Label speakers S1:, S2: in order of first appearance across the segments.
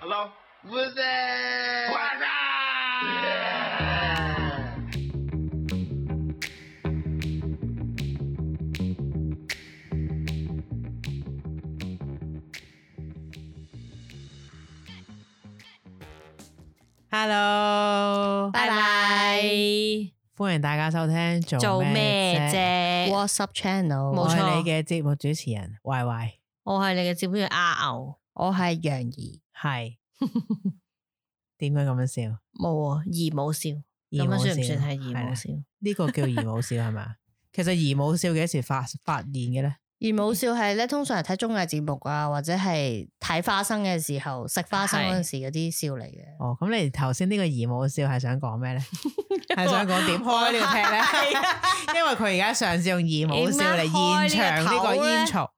S1: Hello?
S2: What's that?
S1: What's
S2: Yeah.
S3: Hello，
S4: 拜拜，
S3: 歡迎大家收聽
S4: 做咩
S3: 啫？
S4: 啫？
S2: WhatsApp channel，
S3: 我
S4: 冇錯
S3: 係你嘅節目主持人 Y Y，
S4: 我係你嘅接班人阿牛，
S2: 我係楊怡，
S3: 係點樣咁樣笑？
S4: 冇啊，姨母笑，咁
S3: 姨母
S4: 樣
S3: 笑
S4: 算唔算係姨
S3: 係
S4: 母
S3: 啦
S4: 笑？
S3: 呢個叫姨母笑係 嘛？其實姨母笑幾時發發現嘅咧？
S2: 而冇笑係咧，通常係睇綜藝節目啊，或者係睇花生嘅時候食花生嗰陣時嗰啲笑嚟嘅。
S3: 哦，咁你頭先呢個姨母笑係想講 咩咧？係想講點開呢個
S4: 係啊
S3: 劇咧？ 因為佢而家嘗試用姨母笑
S4: 點樣
S3: 嚟現
S4: 開呢
S3: 場
S4: 個
S3: 呢個
S4: 頭啊咧
S3: 煙槽，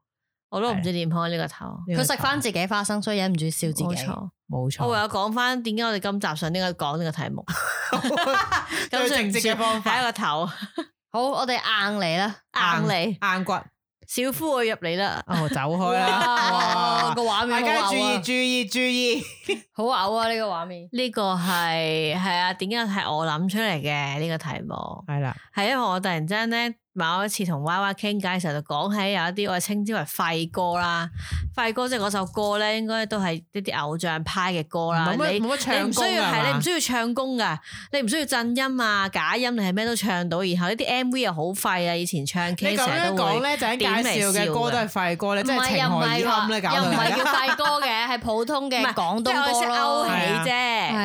S4: 我都唔知點開呢個頭，
S3: 呢個
S2: 佢食翻自己花生，所以忍唔住笑自己。
S4: 冇錯。
S3: 冇
S4: 我唯
S3: 錯，
S4: 有講翻點解我哋今集想點解講呢個題目，咁
S3: 最
S4: 算
S3: 直
S4: 唔
S3: 接嘅
S4: 算
S3: 方
S4: 係一
S3: 法，
S4: 個頭
S2: 好，我哋硬嚟啦。
S4: 硬嚟，
S3: 硬骨，
S4: 小夫我入嚟啦，
S3: 哦，走開啦！
S2: 哇
S3: 哇
S2: 個畫
S3: 大
S2: 面
S3: 家
S2: 好
S3: 注
S2: 嘔
S3: 意
S2: 啊，
S3: 注意注意，
S2: 好嘔啊！呢個畫面。
S4: 呢個係係啊，點解係我諗出嚟嘅呢個題目？
S3: 係啦，
S4: 係因為我突然之間咧，某一次同 Y Y 傾偈嘅時候，就講起有一啲我哋稱之為廢歌啦，廢歌即係嗰首歌咧，應該都係一啲偶像派嘅歌啦。
S3: 冇乜
S4: 你
S3: 冇乜
S4: 你
S3: 唱
S4: 唔
S3: 功啊
S4: 需要
S3: 係
S4: 係你
S3: 嘛
S4: 唔需要唱功噶，你唔需要震音啊、假音，你係咩都唱到。然後呢啲 M V 又好廢啊，以前唱
S3: 你
S4: K
S3: 咁
S4: 成日
S3: 樣
S4: 都
S3: 講
S4: 會。
S3: 咧，就係介紹嘅歌都係廢歌咧，
S2: 唔
S3: 即係
S2: 係
S3: 情
S2: 又唔
S3: 何以
S2: 係話
S3: 堪咧，搞
S2: 又
S3: 到
S2: 唔係叫
S3: 大家。
S2: 快歌嘅，係普通 嘅
S4: 唔係
S2: 廣
S4: 即係
S2: 東
S4: 我
S2: 歌
S4: 識勾
S2: 咯
S4: 起。
S2: 係啊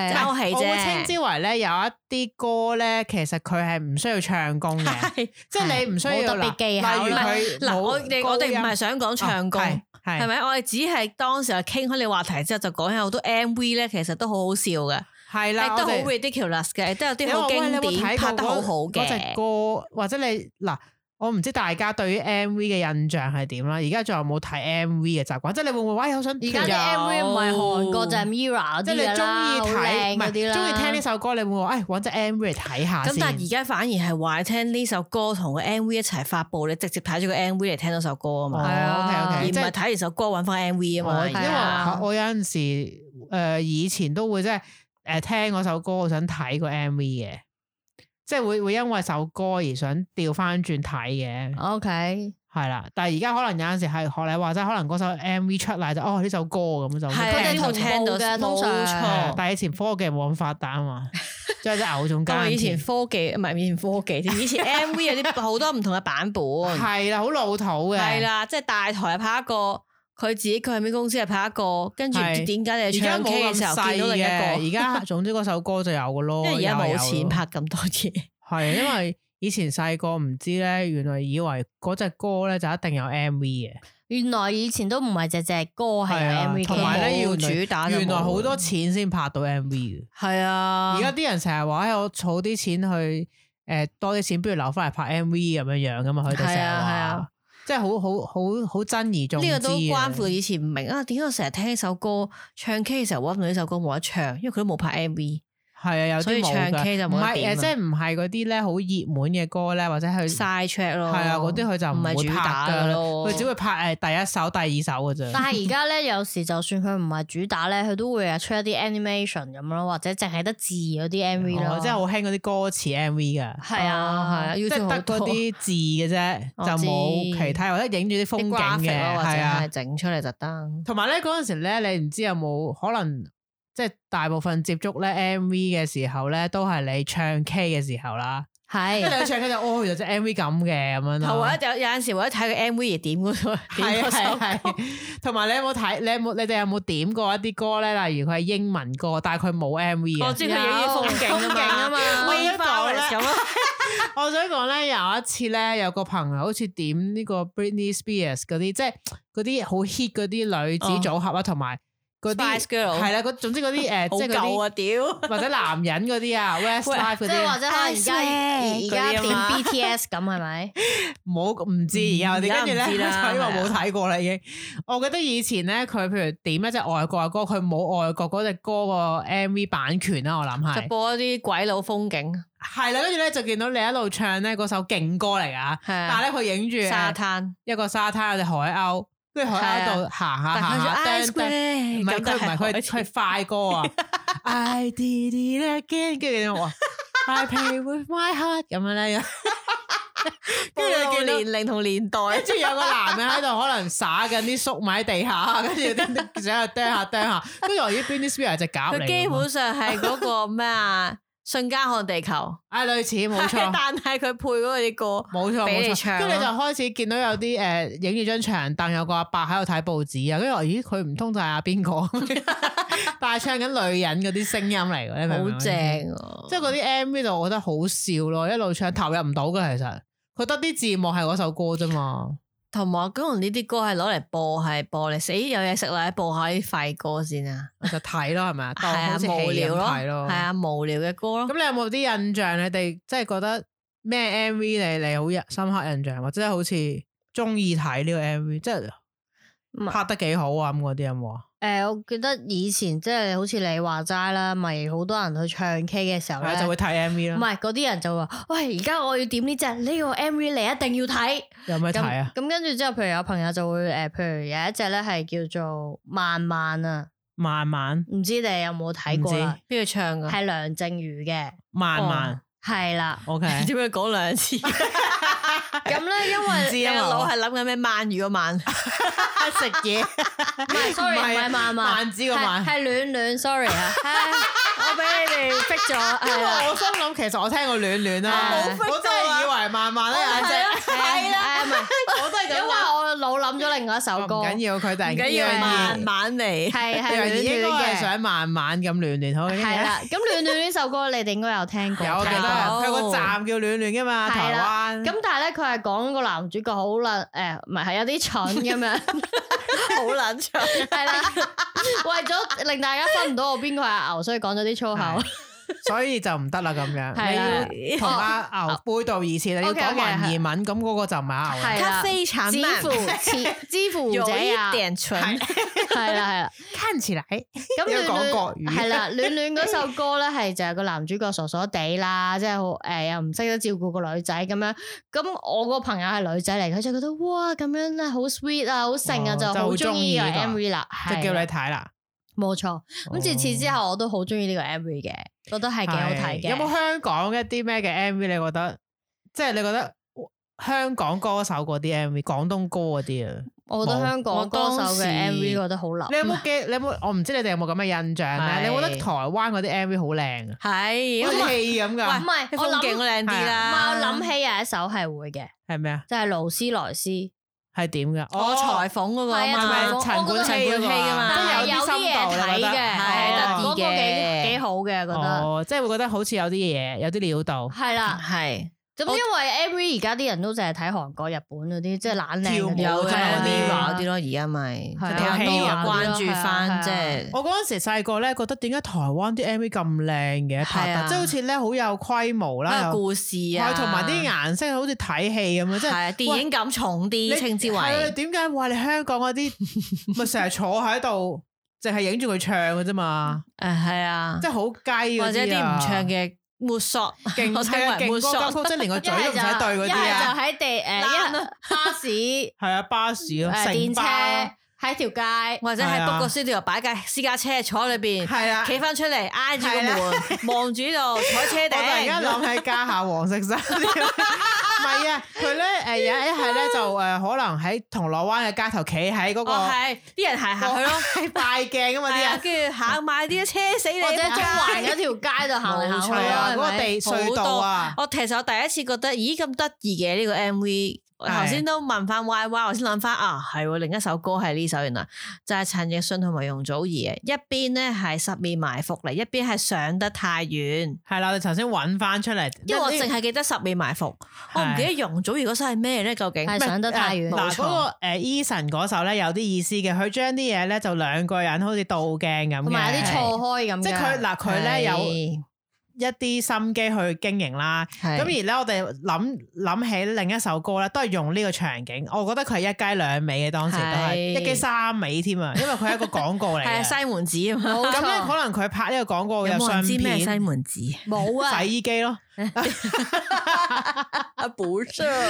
S4: 啫，勾起
S3: 我會稱
S4: 啫。
S3: 之為咧有一啲歌咧，其實佢係唔需要唱功嘅，
S4: 係
S3: 即係你唔需要
S2: 冇特別技巧
S3: 例如
S2: 啦
S3: 佢哦
S4: 嗱，我哋我哋唔係想講唱歌。
S3: 係
S4: 係咪？我哋只係當時係傾開你話題之後，就講起好多 M V 咧，其實都好好笑嘅，
S3: 係
S4: 亦
S3: 啦，
S4: 都好
S3: 我哋
S4: ridiculous 嘅，亦都有
S3: 你
S4: 啲
S3: 話
S4: 好
S3: 喂你
S4: 經
S3: 有冇
S4: 典，
S3: 睇過
S4: 拍得好
S3: 嗰
S4: 好
S3: 嗰隻
S4: 嘅。
S3: 歌，或者你嗱，我唔知大家對於 M V 嘅印象係點啦。而家仲有冇睇 M V 嘅習慣？即係你會唔會喂好想
S2: 而家啲 M V 唔係韓國就係 Mirror 嗰
S3: 即係
S2: 啲
S3: 你
S4: 啊
S2: 㗎
S3: 中
S2: 啦，好
S3: 意睇，
S2: 靚
S3: 唔
S2: 嗰啲
S3: 係
S2: 啦。
S3: 中意聽呢首歌，你會話誒揾隻 M V 嚟睇下
S4: 咁
S3: 先。
S4: 但係而家反而係話聽呢首歌同個 M V 一齊發布，你直接睇咗個 M V 嚟聽到首歌啊嘛，
S3: 哦
S4: 而
S3: ，OK
S4: 唔
S3: OK，即
S4: 係
S3: 係哦
S4: 睇完首歌揾翻 M V 啊嘛。
S3: 我
S4: 而
S3: 因
S4: 家
S3: 為
S2: 係啊
S3: 我我有陣時誒以前都會即係誒聽嗰首歌，我想睇個 M V 嘅，即係會會因為首歌而想調翻轉睇嘅。
S2: O K，
S3: 係啦，但係而家可能有陣時係學你話齋，可能嗰首 M V 出嚟就哦呢首歌咁就
S4: 係啊
S2: 佢哋同
S4: 聽
S2: 步嘅通常
S3: 係
S4: 冇錯。
S3: 但係以前科技冇咁發達啊 嘛，即係只牛仲
S4: 因
S3: 加
S4: 為以前科技唔係以前科 技添，以前 M V 有啲好多唔同嘅版本。
S3: 係啦，好老土嘅，
S4: 係，啦，即係大台拍一個，佢自己佢係咩公司係拍一個，跟住唔知
S3: 係
S4: 點解
S3: 而
S4: 你哋
S3: 家
S4: 唱
S3: 冇
S4: K
S3: 咁
S4: 嘅時候
S3: 細
S4: 見到另
S3: 嘅，而
S4: 一個，
S3: 家總之嗰首歌就有噶咯，
S4: 因為 而家
S3: 有
S4: 冇錢，拍咁多嘢，
S3: 係因為以前細個唔知咧，原來以為嗰隻歌咧就一定有 M V 嘅，
S2: 原來以前都唔係隻隻歌
S4: 哦
S2: 係有
S3: 係啊
S2: M V 嘅，
S3: 同埋咧要
S4: 主打就冇
S3: 原來好多錢先拍到 M V 嘅。
S4: 係啊
S3: 而家啲人成日話，哎，我儲啲錢去诶、呃多啲錢，不如留翻嚟拍 MV 咁樣樣噶嘛？佢哋成
S4: 係
S3: 日
S4: 啊係
S3: 話
S4: 啊，
S3: 即係好好好好珍而重之
S4: 呢
S3: 嘅
S4: 個都關乎以前唔明啊，點解我成日聽呢首歌唱 K 嘅時候揾唔到呢首歌冇得唱，因為佢都冇拍 MV，
S3: 係啊，有
S4: 所
S3: 啲
S4: 以
S3: 冇
S4: 唱
S3: 㗎
S4: K 就
S3: 唔
S4: 冇得
S3: 係诶，
S4: 點啊
S3: 即係唔係嗰啲咧好熱門嘅歌咧，或者佢係
S4: 晒 track 咯，
S3: 啊嗰啲佢就
S4: 唔
S3: 唔
S4: 係
S3: 會
S4: 主打
S3: 拍
S4: 㗎
S3: 㗎
S4: 咯，
S3: 佢只會拍诶第一首、第二首嘅啫。哦
S2: 但係而家咧，有時就算佢唔係主打咧，佢都會啊出一啲 animation 咁咯，或者淨係得字嗰啲 M V
S3: 哦
S2: 咯，
S3: 即係好興嗰啲歌詞 MV 㗎，哦
S2: 係啊係
S3: 即係
S4: 要
S2: 啊，
S4: 做
S3: 得嗰啲字嘅啫，
S4: 我
S3: 就
S4: 知
S3: 冇其他或者影住啲風
S4: 啲
S3: 景
S4: graphic
S3: 嘅，
S4: 咯，或者
S3: 係啊
S4: 係。整出嚟特登。
S3: 同埋咧嗰陣時咧，你唔知有冇可能即係大部分接觸咧 MV 嘅時候咧，都係你唱 K 嘅時候啦。即係
S2: 係
S3: 你唱 K 就哦，原來隻 MV 咁嘅咁樣
S4: 同或
S3: 啦。
S4: 者有有陣時為咗睇佢 MV 而點嗰個
S3: 係
S4: 點
S3: 啊
S4: 嗰啊首
S3: 係
S4: 歌
S3: 啊係啊，同埋你有冇睇？你有冇？你哋有冇點過一啲歌咧？例如佢係英文歌，但係佢冇 MV
S4: 我
S3: 啊。
S4: 知佢影啲 風景
S2: 有風景
S4: 啊嘛
S2: 啊嘛，
S4: 喂
S3: 我
S4: 花
S3: 一講
S4: 咁啊咯，
S3: 我想講咧，有一次咧，有個朋友好似點呢個 Britney Spears 嗰啲，即係嗰啲好 hit 嗰啲女子
S4: 哦
S3: 組合啊，同埋嗰
S4: Spice
S3: 啲
S4: Girl
S3: 係啦，嗰總之嗰 啲誒，
S4: 好
S3: 即係嗰啲
S4: 舊啊屌！
S3: 或者男人嗰啲 啊，Westlife
S2: 即
S3: 嗰
S2: 係
S3: 啲
S2: 或，者可能而家
S4: I
S2: 而
S4: swear
S2: 家
S4: 嗰啲啊嘛
S2: 點 B T S 咁 係咪？
S3: 唔好唔知而家嗰啲，
S4: 嗯而家
S3: 跟住咧，
S4: 唔知啦
S3: 所以我冇
S4: 係
S3: 睇過啦已經。我記得以前咧，佢譬如點一隻外國嘅歌，佢冇外國嗰隻歌個 MV 版權啊啦，我諗
S4: 就
S3: 係
S4: 播一啲鬼佬風景，
S3: 係啦，跟住咧就見到你一路唱咧嗰首勁歌嚟噶，
S4: 係
S3: 但
S4: 啊，
S3: 係咧佢影住呃
S4: 沙灘
S3: 一個沙灘有隻海鷗，跟住佢喺
S4: 係啊
S3: 度行下
S4: 但
S3: 行
S4: 佢
S3: 下，
S4: 做 ice
S3: 叮叮唔
S4: cream，
S3: 係
S4: 咁
S3: 佢
S4: 就
S3: 唔係佢係
S4: 開始
S3: 佢係快歌 啊！I did it again，跟住我話 I play with my heart 咁樣 咧，跟住你見到
S4: 年齡同年代，
S3: 跟住有個男人喺度可能撒緊啲粟米喺地下，跟住啲 啲喺度啄下啄下，跟住我咦邊啲 spear 隻鴿嚟㗎嘛？
S4: 佢基本上係嗰個咩啊，瞬間看地球，
S3: 啊類似冇錯。
S4: 但 係佢配嗰啲歌，
S3: 冇錯
S4: 俾你
S3: 冇錯，
S4: 唱咯
S3: 跟住你就開始見到有啲誒影住張長凳，有個阿伯喺度睇報紙啊，跟住我咦佢唔通就係阿邊 個？但係唱緊女人嗰啲聲音嚟嘅，你明唔明
S4: 好
S3: 啊
S4: 正啊！
S3: 即係嗰啲 MV 就我覺得好笑咯，一路唱投入唔到嘅其實，佢得啲字幕係嗰首歌啫嘛。
S4: 同埋咁同呢啲歌係攞嚟播，係播你死有嘢食啦，播下啲廢歌先啊，
S3: 我就睇咯，係 咪啊？
S4: 係
S3: 當好
S4: 啊
S3: 似
S4: 無
S3: 戲
S4: 聊
S3: 咁
S4: 咯，
S3: 睇咯。
S4: 係。啊無聊嘅歌
S3: 咁
S4: 咯，
S3: 你有冇啲印象？你哋即係覺得咩 MV 你你好印深刻印象，或者係好似中意睇呢個 MV，即係
S2: 唔係
S3: 拍得幾好啊咁嗰啲有冇啊？
S2: 诶、我記得以前即係好似你話齋啦，咪好多人去唱 K 嘅時候
S3: 係啊
S2: 咧，
S3: 就會睇
S2: 唔
S3: MV 啦。
S2: 係嗰啲人就話：喂，而家我要點呢只呢個 MV 你一定要睇。
S3: 有咩
S2: 咁
S3: 睇啊？
S2: 咁跟住之後，譬如有朋友就會诶、誒譬如有一隻咧係叫做慢慢啊，
S3: 慢慢
S2: 唔知你有冇睇過啦？
S4: 邊度唱噶？
S2: 係梁靜茹嘅，
S3: 慢慢
S2: 哦 係啦。
S3: ，OK。
S4: 點樣講兩次？
S2: 咁咧，因
S3: 唔
S2: 為
S3: 知
S4: 你個
S3: 啊嘛
S4: 腦係諗緊咩鰻魚個鰻？
S3: 食 嘢
S2: 唔係，sorry，唔
S3: 唔係啊
S2: 係慢慢，
S3: 萬字個萬
S2: 係係暖暖，sorry 啊，唉我俾你哋逼咗，
S3: 因
S2: 係
S3: 為
S2: 啦，
S3: 我心諗其實我聽過暖暖啦，
S2: 我冇
S4: fit
S3: 我真係以為慢慢咧有
S2: 係啊
S3: 隻，
S2: 係啦，唔係，
S3: 我都係
S2: 因為
S3: 咁話。
S2: 我腦諗咗另外一首歌，
S3: 唔緊
S2: 係
S3: 要，佢突
S4: 唔
S3: 然
S4: 緊
S3: 間
S4: 要，
S2: 啊
S4: 慢慢嚟。
S2: 係
S3: 楊怡應該係
S2: 暖
S3: 想慢慢咁暖暖好
S2: 暖嘅，
S3: 嘅。
S2: 係啦，咁暖暖呢首歌你哋應該有聽過，
S3: 啊有我記
S2: 睇
S3: 得
S2: 過
S4: 有
S3: 佢個站叫暖暖噶嘛，
S2: 係
S3: 台
S2: 啦
S3: 灣。
S2: 咁但係咧，佢係講個男主角好撚誒，唔係係有啲蠢 咁樣，
S4: 好撚長，
S2: 係啦，為咗令大家分唔到我邊個係阿牛，所以講咗啲粗口。
S3: 所以就唔得啦咁
S2: 係啦
S3: 樣，你要同阿牛背道而馳，你要
S2: OK，OK，
S3: 講文言文，咁嗰個就唔係阿牛啦。
S2: 係啦
S4: 他非常
S2: 支
S4: 慢
S2: 付，此支付者
S4: 有一
S2: 啊，係
S4: 點蠢，
S2: 啦係啦。
S3: 看起來
S2: 咁
S3: 因為
S2: 暖
S3: 講國
S2: 暖
S3: 語
S2: 係啦，暖暖嗰首歌咧係就係個男主角傻傻地啦，即係好誒又唔識得照顧個女仔咁樣。咁我個朋友係女仔嚟，佢就覺得哇咁樣咧好 sweet 啊，好性啊，
S3: 哦
S2: 就好中意個
S3: 就好鍾意呢個
S2: MV 啦。
S3: 就
S2: 係
S3: 叫你
S2: 啦
S3: 睇啦。
S2: 冇錯。咁自此之
S3: 後
S2: 後，我都好中意呢個 MV 嘅，覺得係幾好睇嘅。
S3: 有冇香港一啲咩嘅 MV？你覺得即係你覺得香港歌手嗰啲 MV，廣東歌嗰啲啊？
S2: 我覺得
S3: 冇
S2: 香
S4: 我
S2: 港歌
S4: 當
S2: 手
S4: 時
S2: 嘅 MV 覺得好流。
S3: 你有 冇記？你有冇？我唔知你哋有冇咁嘅印象
S4: 係
S3: 咧？你覺得台灣嗰啲 MV 好靚啊，
S4: 係
S3: 好
S4: 因
S3: 似
S4: 為
S3: 戲咁
S2: 唔
S3: 噶，
S2: 係
S4: 啲
S2: 我
S4: 風景
S2: 諗
S4: 都，靚啲
S2: 唔
S4: 啦。
S2: 係我諗起有一首係會嘅，
S3: 係咩啊？
S2: 就係勞斯萊斯。
S3: 係點噶？
S4: 我裁縫嗰個
S2: 係啊
S4: 嘛
S2: 裁縫
S3: 陳冠希
S4: 陳冠
S3: 嗰個
S4: 希
S3: 啊
S4: 㗎嘛
S2: 但
S3: 真
S2: 係
S3: 係有啲
S2: 啲
S3: 深度
S2: 嘢睇嘅，係啦，
S4: 係
S2: 嗰個
S4: 得意嘅
S2: 幾幾好嘅，覺得
S3: 啊哦哦，即係會覺得好似有啲嘢，有啲料到，
S2: 係啦。
S4: 係
S2: 咁因為 MV 而家啲人都淨係睇韓國、日本嗰啲，即係懶靚嗰啲
S3: 跳舞
S4: 有
S3: 嘅
S4: 嘅
S3: 真係嗰啲
S4: Mirror 嗰
S2: 啦
S4: 啲咯，而家咪
S2: 係啊
S4: 即係
S3: 戲
S4: 多人
S3: 啊
S4: 關注
S2: 係啊
S4: 翻，即
S2: 係
S4: 係
S3: 我嗰陣時細個咧，覺得點解台灣啲 MV 咁靚嘅拍
S4: 係
S3: 得，
S4: 啊
S3: 即係好似咧好有規模啦，
S4: 個
S3: 又
S4: 故事啊，
S3: 係同埋啲顏色好似睇戲咁樣，即
S4: 係啊
S3: 係
S4: 電影感重
S3: 喂
S4: 啲，
S3: 你
S4: 稱之
S3: 係啊你
S4: 為
S3: 點解話你香港嗰 啲咪成日坐喺度，淨係影住佢唱嘅啫嘛，
S4: 誒係啊
S3: 即，係好雞
S4: 或者啲
S3: 啲
S4: 唔
S3: 啊
S4: 唱嘅 m 索，
S3: 勁
S4: 我
S3: 係啊勁
S4: 聽
S3: 歌金曲，
S4: 為 m 索，
S3: 即係連 個
S2: 一
S3: 嘴
S2: 係
S3: 都唔
S2: 就
S3: 使對嗰
S2: 一
S3: 啲
S2: 係
S3: 啊，
S2: 就喺地誒，一係巴 士誒
S3: 係啊巴士
S4: 嗯
S3: 咯，
S2: 電
S3: 城
S2: 車
S3: 巴咯
S2: 喺條街，
S4: 或者
S3: 係
S4: 喺
S3: 啊
S4: book 個 studio 擺架私家車坐喺裏邊，
S3: 係 啊，
S4: 企翻出嚟挨住個
S3: 係啦
S4: 門，望住呢度坐車
S3: 我突然間
S4: 頂。
S3: 諗起家下黃色衫， 唔係啊，佢咧誒有一係咧 就誒可能喺銅鑼灣嘅街頭企喺嗰個
S4: 哦，係啲人行 行去咯，
S3: 係大鏡咁嘛啲
S4: 係啊，
S3: 人，
S4: 跟住行埋啲車死你
S2: 或者
S4: 仆
S2: 中
S4: 街
S2: 環嗰條街度行嚟行去
S3: 係啊，嗰
S2: 咯，係
S3: 個
S2: 咪？
S3: 地隧道啊，
S4: 我其實我第一次覺得，咦咁得意嘅呢個 MV，我
S3: 係
S4: 頭先都問翻 Y Y，我先諗翻啊，係喎，另一首歌係呢首，原來就係陳奕迅同埋容祖兒嘅，一邊咧係十面埋伏嚟，一邊係上得太遠。
S3: 係啦，我哋頭先揾翻出嚟，
S4: 因為我
S3: 呢
S4: 淨係記得十面埋伏，我唔記得容祖兒嗰首係咩咧？究竟
S2: 係上得太遠
S4: 冇
S3: 嗱，嗰
S4: 錯
S3: 個誒 Eason 嗰首咧有啲意思嘅，佢將啲嘢咧就兩個人好似倒鏡咁嘅，
S2: 同埋有啲錯開咁嘅。
S3: 即係佢嗱佢咧有一啲心機去經營啦，咁而
S4: 咁
S3: 咧，我哋諗諗起另一首歌咧，都係用呢個場景。我覺得佢係一雞兩味嘅，當時都係
S4: 係
S3: 一雞三味添啊，因為佢係一個廣告 嚟
S4: 係啊
S3: 嘅。
S4: 西門子啊嘛，
S2: 冇
S3: 咁咧，
S2: 錯，
S3: 可能佢拍呢個廣告
S4: 有
S3: 有
S4: 冇人
S3: 相
S4: 知咩係西
S3: 片、
S4: 門子？
S2: 冇啊，
S3: 洗衣機咯，
S4: 啊，本身
S3: 跟住啲
S2: 我驚呢一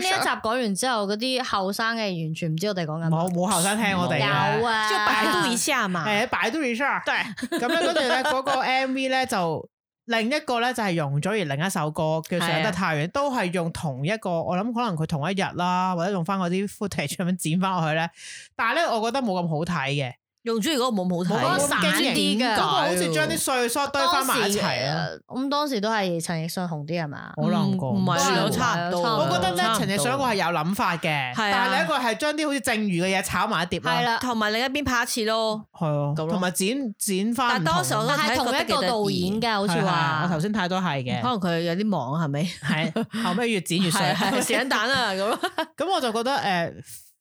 S2: 集講完之後，嗰啲後生嘅完全唔知我哋講緊乜。
S3: 冇冇後生聽我哋
S2: 有
S3: 啊，
S2: 啊，
S4: 就百度一下嘛。
S3: 誒百度 r e s e a 咁咧跟住咧嗰個 MV 咧就另一個咧就係容祖兒另一首歌叫《上得太陽》，都係用同一個，我諗可能佢同一日啦，或者用翻嗰啲 footage 咁樣剪翻落去咧，但係咧我覺得冇咁好睇嘅。
S4: 用珠如果冇咁
S3: 冇
S4: 好
S2: 嗰個
S4: 睇，哎
S2: 散啲
S3: 嗰
S2: 嘅
S3: 個好似將啲嗯碎梳堆翻埋一齊啊！
S2: 啊。咁當時都係陳奕迅紅啲係嘛？
S3: 冇諗過，
S4: 呃嗯唔係
S2: 係啊
S4: 差唔多。
S2: 差唔多
S3: 我覺得咧，
S4: 差唔多
S3: 陳奕迅嗰個係有諗法嘅，
S4: 係啊
S3: 但係另一個係將啲好似正餘嘅嘢炒埋一碟
S2: 係
S3: 啦，
S2: 啦，
S4: 啊同埋另一邊拍一次咯。
S3: 係啊，
S4: 咁咯
S3: 同埋剪剪翻
S4: 但
S3: 唔同。
S4: 當時我都
S2: 但係
S4: 睇
S2: 同
S4: 覺得
S2: 一
S4: 幾
S2: 個
S4: 得
S2: 導
S4: 意
S2: 演嘅，好似
S3: 係係
S2: 話。
S3: 我頭先睇到係嘅，
S4: 可能佢有啲忙係咪？
S3: 係後尾越剪越碎。
S4: 係時間蛋啊咁。
S3: 咁我就覺得誒，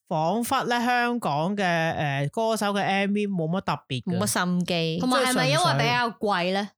S3: 彷彿咧香港嘅誒歌手嘅 MV 冇乜特別
S4: 冇
S3: 嘅，
S4: 乜心機，
S2: 同埋係咪因為比較貴咧？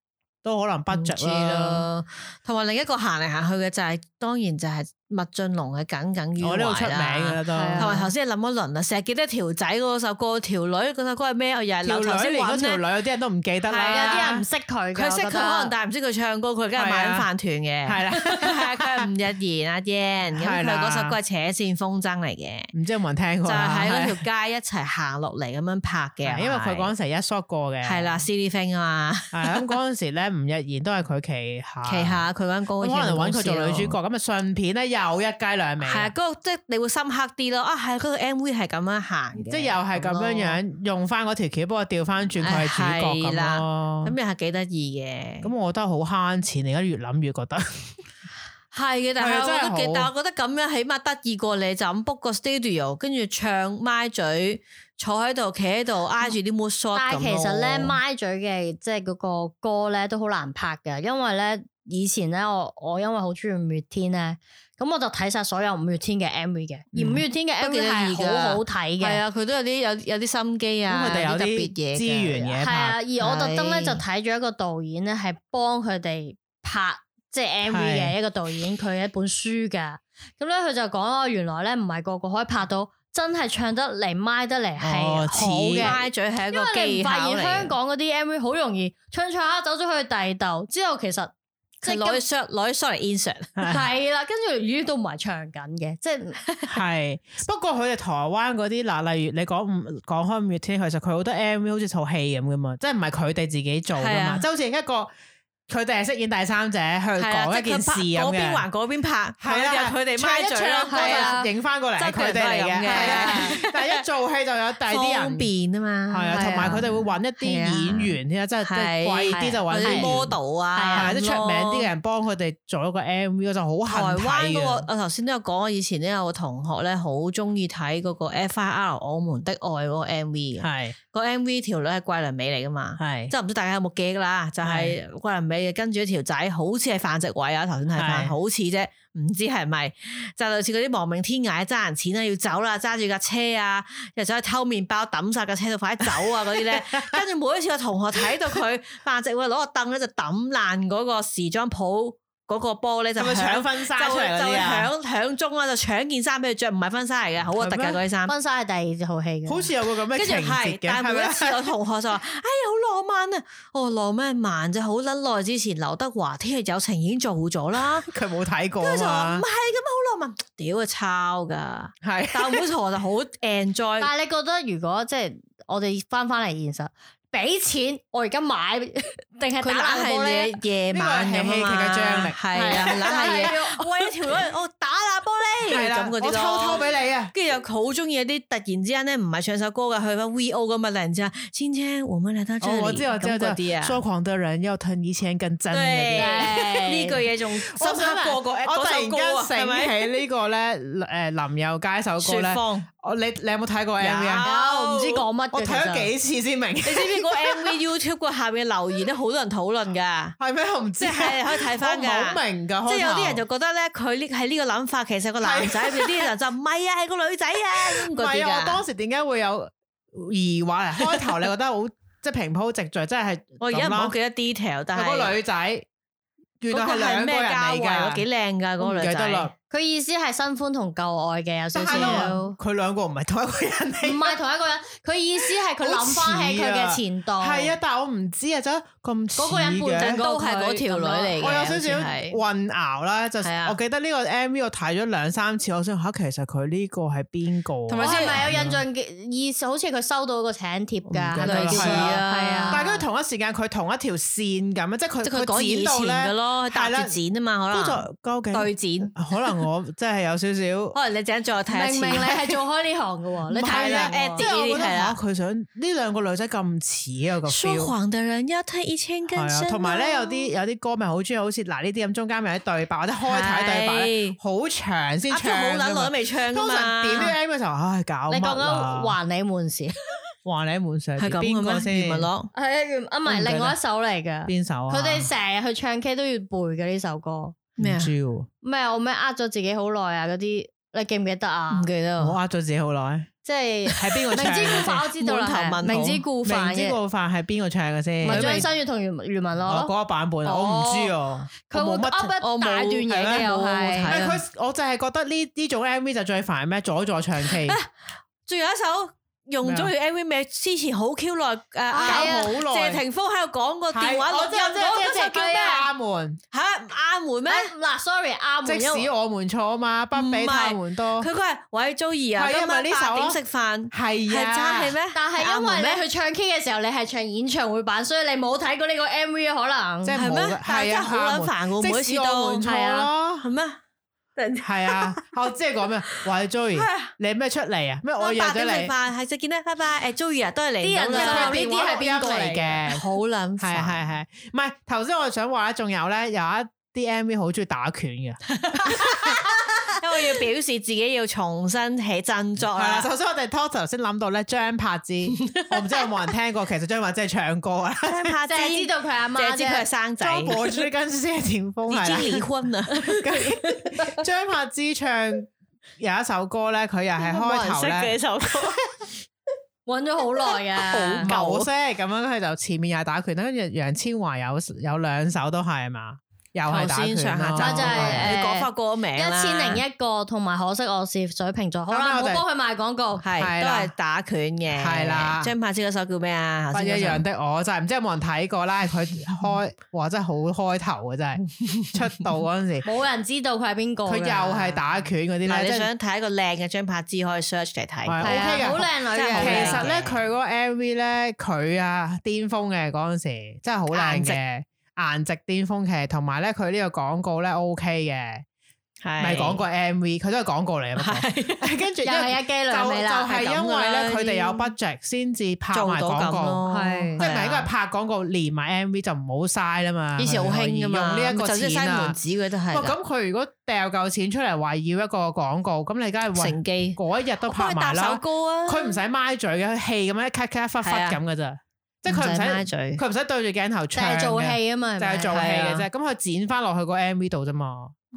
S3: 都可能不
S4: 唔知
S3: 着啦。
S4: 啦。同埋另一個行嚟行去嘅就係、當然就係麥浚龍嘅耿耿於
S3: 我哦呢度出
S4: 懷
S3: 名㗎
S4: 啦。
S3: 啦都。
S2: 係啊
S4: 同埋頭先諗一輪啦，成日記得條仔嗰首歌，條女嗰首歌係咩？我哦啊又係
S3: 條
S4: 諗頭先
S3: 女連嗰條
S4: 揾
S3: 女
S4: 咧，
S3: 有啲人都唔記得
S2: 係
S3: 啦。
S2: 有啲人唔識佢㗎，
S4: 佢識佢
S2: 我覺得
S4: 可能，但係唔識佢唱歌，佢而家係賣緊飯團嘅。
S3: 係啦
S4: 係啊佢係吳日言阿 Yan，咁
S3: 係
S4: 佢
S3: 啦
S4: 嗰首歌係扯線風箏嚟嘅，
S3: 唔知有冇人聽
S4: 就
S3: 過
S4: 係
S3: 啦？
S4: 喺嗰
S3: 係
S4: 條街一齊行落嚟咁樣拍嘅。
S3: 因為佢嗰陣時一 shot 過嘅。
S4: 係啦 c i l y Thing 啊嘛，
S3: 係咁嗰陣時咧，吳日言都係佢旗下，
S4: 旗下佢間高
S3: 啊咁可能揾佢做女主角，咁啊順片咧又一雞兩味
S4: 係啊，
S3: 啦，
S4: 嗰個即係你會深刻啲咯。啊，係嗰個 M V 係咁樣行嘅，
S3: 即係又係咁樣
S4: 咯。
S3: 樣用翻嗰條橋，不過調翻轉佢係主角
S4: 係
S3: 咁
S4: 啦
S3: 咯。
S4: 咁又係幾得意嘅，
S3: 咁我覺得好慳錢，而家越諗越覺得
S4: 係嘅，但
S3: 係啊
S4: 係我覺得
S3: 真係
S4: 幾
S3: 好，
S4: 但係我覺得咁樣起碼得意過你就
S3: 嗯
S4: 咁 book 個 studio，跟住唱咪嘴，坐喺度，企喺度，挨住啲 mood shot
S2: 但
S4: 哦咁
S2: 係其實咧，
S4: 咯
S2: 咪嘴嘅即係嗰個歌咧都好難拍嘅，因為咧以前咧我我因為好中意五月天咧，咁我就睇晒所有五月天嘅 M V 嘅，而
S3: 嗯
S2: 五月天嘅 M
S4: 都
S2: V
S4: 幾得意
S2: 係
S4: 㗎
S2: 好好睇
S4: 係
S2: 嘅。
S4: 啊，佢都有啲有有啲心機啊，
S3: 咁佢哋有
S4: 特
S3: 啲
S4: 別嘢嘅
S3: 資源嘅
S2: 係啊，
S3: 拍，
S2: 而我特登咧
S4: 係
S2: 就睇咗一個導演咧，係幫佢哋拍即係 MV
S3: 係
S2: 嘅一個導演，佢一本書噶。咁咧佢就講哦，原來咧唔係個個可以拍到真係唱得嚟、咪得嚟
S3: 哦
S2: 係
S3: 似
S2: 好嘅。
S4: 咪嘴係一
S2: 因
S4: 個
S2: 為你
S4: 技
S2: 唔
S4: 巧
S2: 發現
S4: 嚟
S2: 香
S4: 嘅。
S2: 港嗰啲 MV 好容易唱唱下走咗去第二度，之後其實即
S4: 佢
S2: 係
S4: 攞
S2: 跟
S4: 啲 shot 攞啲 shot 嚟 insert，
S2: 係啦，跟住咦都唔係唱緊嘅，即係
S3: 係 不過佢哋台灣嗰啲嗱，例如你講五講開五月天，其實佢好多 MV 好似套戲咁噶嘛，即係唔係佢哋自己做噶
S4: 係
S3: 嘛，
S4: 啊
S3: 即係好似一個佢哋係飾演第三者去
S4: 係啦，
S3: 講一
S4: 即係
S3: 件
S4: 佢
S3: 事
S4: 拍
S3: 咁
S4: 嗰邊
S3: 嘅。
S4: 還嗰邊拍，
S3: 係啊啦，
S4: 就佢哋
S3: 唱
S4: 咪
S3: 一
S4: 嘴咯
S3: 唱，
S4: 係啊
S3: 歌就影翻過嚟，
S4: 真係
S3: 佢哋嚟嘅。
S4: 佢哋都係咁嘅
S3: 係啊但係一做戲就有第啲
S4: 方
S3: 人，
S4: 便啊嘛，
S3: 係啊，同埋佢哋會揾一啲
S4: 係啊
S3: 演員添，即係即係
S4: 係
S3: 貴啲就揾
S4: 嗰啲
S3: 演員
S4: model
S2: 係
S4: 啊，
S3: 係即係出名啲嘅
S4: 嘅。
S3: 人幫佢哋做一個 MV，我就好
S4: 台
S3: 恨
S4: 灣
S3: 睇啊
S4: 嗰、個，
S3: 嘅。
S4: 我頭先都有講，我以前咧有個同學咧好中意睇嗰個 F.I.R. 我們的愛嗰個 M.V. 嘅，
S3: 係嗯
S4: 個 M.V. 條女係桂綸鎂嚟噶嘛，
S3: 係
S4: 即係唔知大家有冇記憶啦，就係桂綸鎂跟住一條仔，好似係范植偉啊，頭先睇
S3: 係
S4: 翻，好似啫，唔知係咪，就類似嗰啲亡命天涯爭人錢啊，要走啦，揸住架車啊，又走去偷麵包抌晒架車度，快啲走啊嗰 啲咧，跟住每一次個同學睇到佢范植偉攞個凳咧就抌爛嗰個時裝鋪嗰個玻璃就
S3: 係咪
S4: 響
S3: 搶婚
S4: 就
S3: 紗出嚟嗰
S4: 就
S3: 啲啊？
S4: 響響鐘啦，就搶件衫俾佢着，唔係婚紗嚟嘅，好核突㗎
S3: 嗯係咩
S4: 嗰啲衫。
S2: 分晒係第二套戲嘅。
S3: 好似有個咁嘅
S4: 跟住
S3: 情節嘅，
S4: 係，但係
S3: 係
S4: 每
S3: 咪
S4: 一次我同學就話：哎呀，好浪漫啊！哦，浪漫漫啫，好撚耐之前劉德華《天若有情》已經做 咗啦。
S3: 佢冇睇過
S4: 跟住就話
S3: 啊
S4: 唔係咁
S3: 嘛，
S4: 好浪漫，屌啊抄噶！
S3: 係
S4: 但我每次同學就好 enjoy，
S2: 但係你覺得如果即係我哋翻翻嚟現實，俾錢我而家買 定係
S4: 佢
S2: 打
S4: 懶
S2: 爛波咧？
S4: 係夜夜晚
S3: 呢
S4: 咁
S3: 個係戲劇
S4: 啊
S3: 嘅
S4: 嘛，
S3: 張力
S4: 係 啊，懶係夜
S2: 要
S4: 喂條女，我打爛玻璃
S3: 係啦
S4: 咁，嗰
S3: 我
S4: 啲咯
S3: 偷偷俾你啊！
S4: 跟住又好中意一啲突然之間咧，唔係唱首歌嘅，去翻 V O 咁啊！突然之間，千千我們嚟到這
S3: 哦，
S4: 裡
S3: 我知我知我
S4: 咁
S3: 知
S4: 嗰啲啊，
S3: 說狂的人要疼以前更真嗰啲
S4: 對
S3: 啊。
S2: 哎
S4: 呢句嘢仲深
S3: 我想
S4: 刻過個
S3: 我突
S4: 嗰首
S3: 然
S4: 歌
S3: 間
S4: 啊，係
S3: 醒
S4: 咪？
S3: 起呢個咧，誒林宥嘉首歌
S4: 雪
S3: 咧，
S4: 芳，
S3: 我哦你你有冇睇過 M V 啊？
S2: 有唔知講乜嘅
S3: 我睇咗
S2: 其實
S3: 幾次先明，
S4: 你知唔知個 M V YouTube 個下面留言咧，好多人討論噶，
S3: 係咩？我唔知，
S4: 即係可以睇
S3: 我唔
S4: 翻
S3: 好
S4: 噶。
S3: 明㗎，
S4: 即係有
S3: 開頭
S4: 啲人就覺得咧，佢呢係呢個諗法，其實個男仔，有啲人就唔係啊，係個女仔啊咁
S3: 唔
S4: 嗰
S3: 係
S4: 啲
S3: 啊！我
S4: 噶
S3: 當。時點解會有疑惑 啊？開頭你覺得好即係平鋪直敍，即係
S4: 我而家唔
S3: 咁
S4: 好
S3: 啦
S4: 記得 detail，但
S3: 有
S4: 係
S3: 個女仔，原
S4: 嗰
S3: 來
S4: 個
S3: 係兩
S4: 咩
S3: 個人
S4: 交
S3: 嚟
S4: 圍？
S3: 㗎，
S4: 幾靚㗎嗰個
S3: 唔
S4: 女
S3: 記得
S4: 仔
S3: 啦。。
S2: 佢意思係新歡同舊愛嘅有少
S3: 但
S2: 少，
S3: 係
S2: 唔
S3: 佢兩個唔係同一個人嚟。
S2: 係同一個人。佢意思係佢諗翻起佢嘅前度，
S3: 係啊，但係我唔知啊，就咁似
S2: 嗰個人
S3: 嘅
S2: 半陣
S4: 哦都係嗰條女嚟嘅
S3: 我有
S4: 好
S3: 少
S4: 似
S3: 少
S4: 係
S3: 混淆啦，就
S4: 係啊
S3: 我記得呢個 M V 我睇咗兩三次，我想吓其實佢呢個係邊個啊？
S4: 同
S2: 我
S4: 埋
S2: 係
S4: 先
S2: 咪有印象嘅意思？好似佢收到個請帖㗎，
S3: 我唔記得啦
S2: 係咪叫做
S3: 係啊
S2: 係啊，
S3: 但係佢同一時間佢同一條線咁啊，即係佢
S4: 即係佢講以
S3: 剪到
S4: 前嘅
S3: 咧，
S4: 咯，搭
S3: 係啦
S4: 住剪啊嘛，
S3: 都
S4: 可能
S3: 就究竟啊
S4: 對哦剪，
S3: 可能我真係有少少。
S4: 可能你陣間再睇一次
S2: 明。明你係做開呢行嘅喎，你
S3: 唔
S2: 睇
S3: 係啊
S2: 啦
S3: 即
S2: Eddie
S3: 係我覺
S4: 呢啲
S3: 得
S4: 係
S3: 嚇
S4: 啦
S3: 佢想呢兩個女仔咁似啊個 feel，
S4: 謊的人要睇一千
S3: 係啊，同埋咧有啲有啲歌咪好中意，好似嗱呢啲咁，中間咪有啲對白或者開頭有對白咧
S2: 啊
S4: 係，
S3: 好長先
S4: 阿
S3: 唱
S4: 超好
S3: 㗎嘛。
S4: 撚耐都未唱噶
S3: 啊通常
S4: 嘛。
S3: 點呢 M 嘅時候，唉搞
S2: 你
S3: 乜啊
S2: 講緊
S3: 啦？
S2: 還你門時，
S3: 話你滿上
S4: 係咁
S3: 邊個
S4: 嘅咩？余文
S3: 先？
S4: 樂
S2: 係啊，唔
S3: 我唔記
S2: 係
S3: 得
S2: 另外一首嚟㗎。
S3: 邊首啊？
S2: 佢哋成日去唱 K 都要背嘅呢首歌，
S4: 咩啊
S3: 唔？知喎
S2: 咩我咩呃咗自己好耐啊嗰啲，你記唔記得啊
S4: 唔？記得
S3: 我
S4: 啊。
S3: 呃咗自己好耐，
S2: 即係
S3: 係邊個
S2: 明
S3: 唱
S2: 知
S3: 嘅
S2: 故犯，我
S3: 先？
S2: 知道啦，
S4: 滿頭
S2: 係啊
S4: 問號
S2: 明知故犯
S3: 明知
S2: 嘅，
S3: 故犯係邊個唱嘅先？
S2: 咪
S3: 佢
S2: 張
S3: 明
S2: 新月同袁袁文
S3: 哦
S2: 樂
S3: 嗰個
S2: 咯，
S3: 版本啊，我唔知啊。
S2: 佢
S3: 我
S2: 會
S3: 冇乜
S2: up 一
S4: 我冇
S2: 大段嘢
S4: 係
S2: 嘅
S4: 咩
S2: 又
S4: 冇睇啊。
S2: 係
S3: 唔係佢，我就係覺得呢呢種 M V 就最煩咩？左左唱 K，
S2: 啊
S4: 仲有一首用咗佢 MV 名之前好 Q 耐誒，
S2: 係啊
S4: 搞
S3: 啊好耐
S4: 謝霆鋒喺度講個電話
S3: 係
S4: 錄
S3: 我
S4: 音
S3: 真係真係
S4: 嗰
S3: 真係
S4: 首叫
S3: 叫
S4: 咩
S3: 咩啊
S4: 啊？
S3: 阿門，
S4: 嚇阿梅咩？
S2: 咩嗱，sorry 啱
S3: 即
S2: 門，因
S3: 使
S2: 為
S3: 我們錯嘛，不比他們多。
S4: 佢佢係喂 Joey
S3: 係
S4: 啊，
S3: 啊
S4: 今
S3: 咪
S4: 晚
S3: 呢首
S4: 八
S3: 咯
S4: 點食飯係
S3: 係啊，
S4: 真係咩？
S2: 但係
S4: 阿
S2: 因
S4: 門
S2: 為
S4: 咩
S2: 你去唱 K 嘅時候，你係唱演唱會版，所以你冇睇過呢個 MV 啊可能
S3: 即。係
S4: 係
S3: 冇
S4: 咩
S3: 嘅？
S4: 但
S3: 係
S4: 係真係
S3: 啊，
S4: 好撚
S3: 阿
S4: 煩
S3: 門
S4: 喎，每
S3: 即
S4: 次
S3: 使我
S4: 都
S3: 們
S2: 係
S3: 錯
S2: 啊
S3: 咯。
S4: 係咩？突然之間
S3: 係啊，我即係講 咩？喂 Joey，你咩出嚟啊？咩我約
S4: 八
S3: 咗
S4: 點食
S3: 你，
S4: 飯係就見咧，拜拜誒 Joey 啊，都係你
S2: 啲人
S4: 咁
S2: 就
S4: 樣
S2: 話
S3: 佢
S2: 呢啲係邊個嚟
S3: 嘅
S4: 好撚
S3: 係啊係
S4: 煩。
S3: 係，唔係頭先我想話咧，仲有咧有一啲 MV 好中意打拳嘅，
S4: 因為要表示自己要重新起振作
S3: 係啦。
S4: 啊！
S3: 首先我哋 talk 頭先諗到咧張柏芝， 我唔知有冇人聽過，其實張柏芝係唱歌啊，
S4: 怕
S2: 就係知道佢阿媽
S4: 淨係知佢係
S2: 啫，
S4: 生仔，
S3: 周柏芝跟謝霆鋒
S4: 已
S3: 係
S4: 經
S3: 啦
S4: 離婚啦。
S3: 跟張柏芝唱有一首歌咧，佢又係開頭
S4: 冇人
S3: 咧
S4: 識嘅呢首歌，
S2: 揾咗好耐啊 嘅，
S3: 舊式咁樣，佢就前面又係打拳啦，跟住楊千嬅有有兩首都係嘛，又係打
S4: 頭
S3: 拳啊
S4: 先上下
S3: 啦
S4: 集
S2: 集就係
S4: 你
S2: 誒
S4: 講翻歌名啊
S2: 一千零
S4: 一
S2: 一個，同埋可惜我是水瓶座。好
S3: 咁啊
S2: 啦，唔
S3: 我哋
S2: 好幫佢賣廣告。
S4: 係
S3: 係
S4: 都
S3: 啦
S4: 係打拳嘅，
S3: 係啦
S4: 張柏芝嗰首叫咩啊？
S3: 不
S4: 頭
S3: 一
S4: 先嗰首
S3: 樣的我就係唔知有冇人睇過啦，佢 開哇真係好開頭啊，真係出道嗰 陣時，
S2: 冇人知道佢係邊個㗎。
S3: 佢又係打拳嗰啲
S4: 嗱，
S3: 咧，
S4: 你
S3: 即係
S4: 想睇一個靚嘅張柏芝，可以 search 嚟
S3: 係
S4: 睇。
S2: 係啊
S3: OK 嘅
S2: 好靚
S4: 真
S2: 女
S4: 係好
S2: 嘅。
S3: 其
S4: 靚
S3: 實咧
S4: 嘅
S3: 佢嗰個 MV 咧佢啊巔峰嘅嗰陣時真係好靚
S4: 顏值
S3: 嘅顏值巔峰期，同埋咧佢呢個廣告咧 OK 嘅，
S4: 係
S3: 咪廣告 MV 佢都係廣告嚟嘅不過， 跟住因
S2: 又
S3: 為
S2: 係一機
S3: 就
S2: 兩
S3: 就
S2: 味啦。
S3: 係因為咧
S4: 係咁
S3: 佢
S4: 㗎啦
S3: 哋有 budget 先至拍
S4: 做
S3: 埋
S4: 到
S3: 廣
S4: 咁
S3: 告。
S4: 咯，
S2: 係
S3: 即係唔
S4: 啊
S3: 係應該係拍廣告連埋 MV 就唔好嘥啦嘛。
S4: 以前好
S3: 佢可以
S4: 興噶嘛，
S3: 用呢一個
S4: 就算西
S3: 錢
S4: 門
S3: 啊。
S4: 子嗰啲都係
S3: 哇！
S4: 㗎。
S3: 咁佢如果掉夠錢出嚟話要一個廣告，咁你梗係為
S4: 乘機
S3: 嗰一日都
S4: 幫
S3: 拍
S4: 佢
S3: 埋
S4: 搭首
S3: 啦。
S4: 歌啊！
S3: 佢唔使咪嘴嘅，佢戲咁樣一咳咳一忽忽
S4: 係啊
S3: 咁嘅咋，即係佢唔
S4: 唔使咪
S3: 使
S4: 嘴
S3: 佢唔使對住鏡頭
S2: 就
S3: 唱
S2: 係
S3: 嘅，
S2: 做戲啊嘛，係
S3: 就
S2: 咪
S3: 係做戲嘅
S4: 係
S3: 啫。咁佢剪翻落去個 MV 度啫嘛。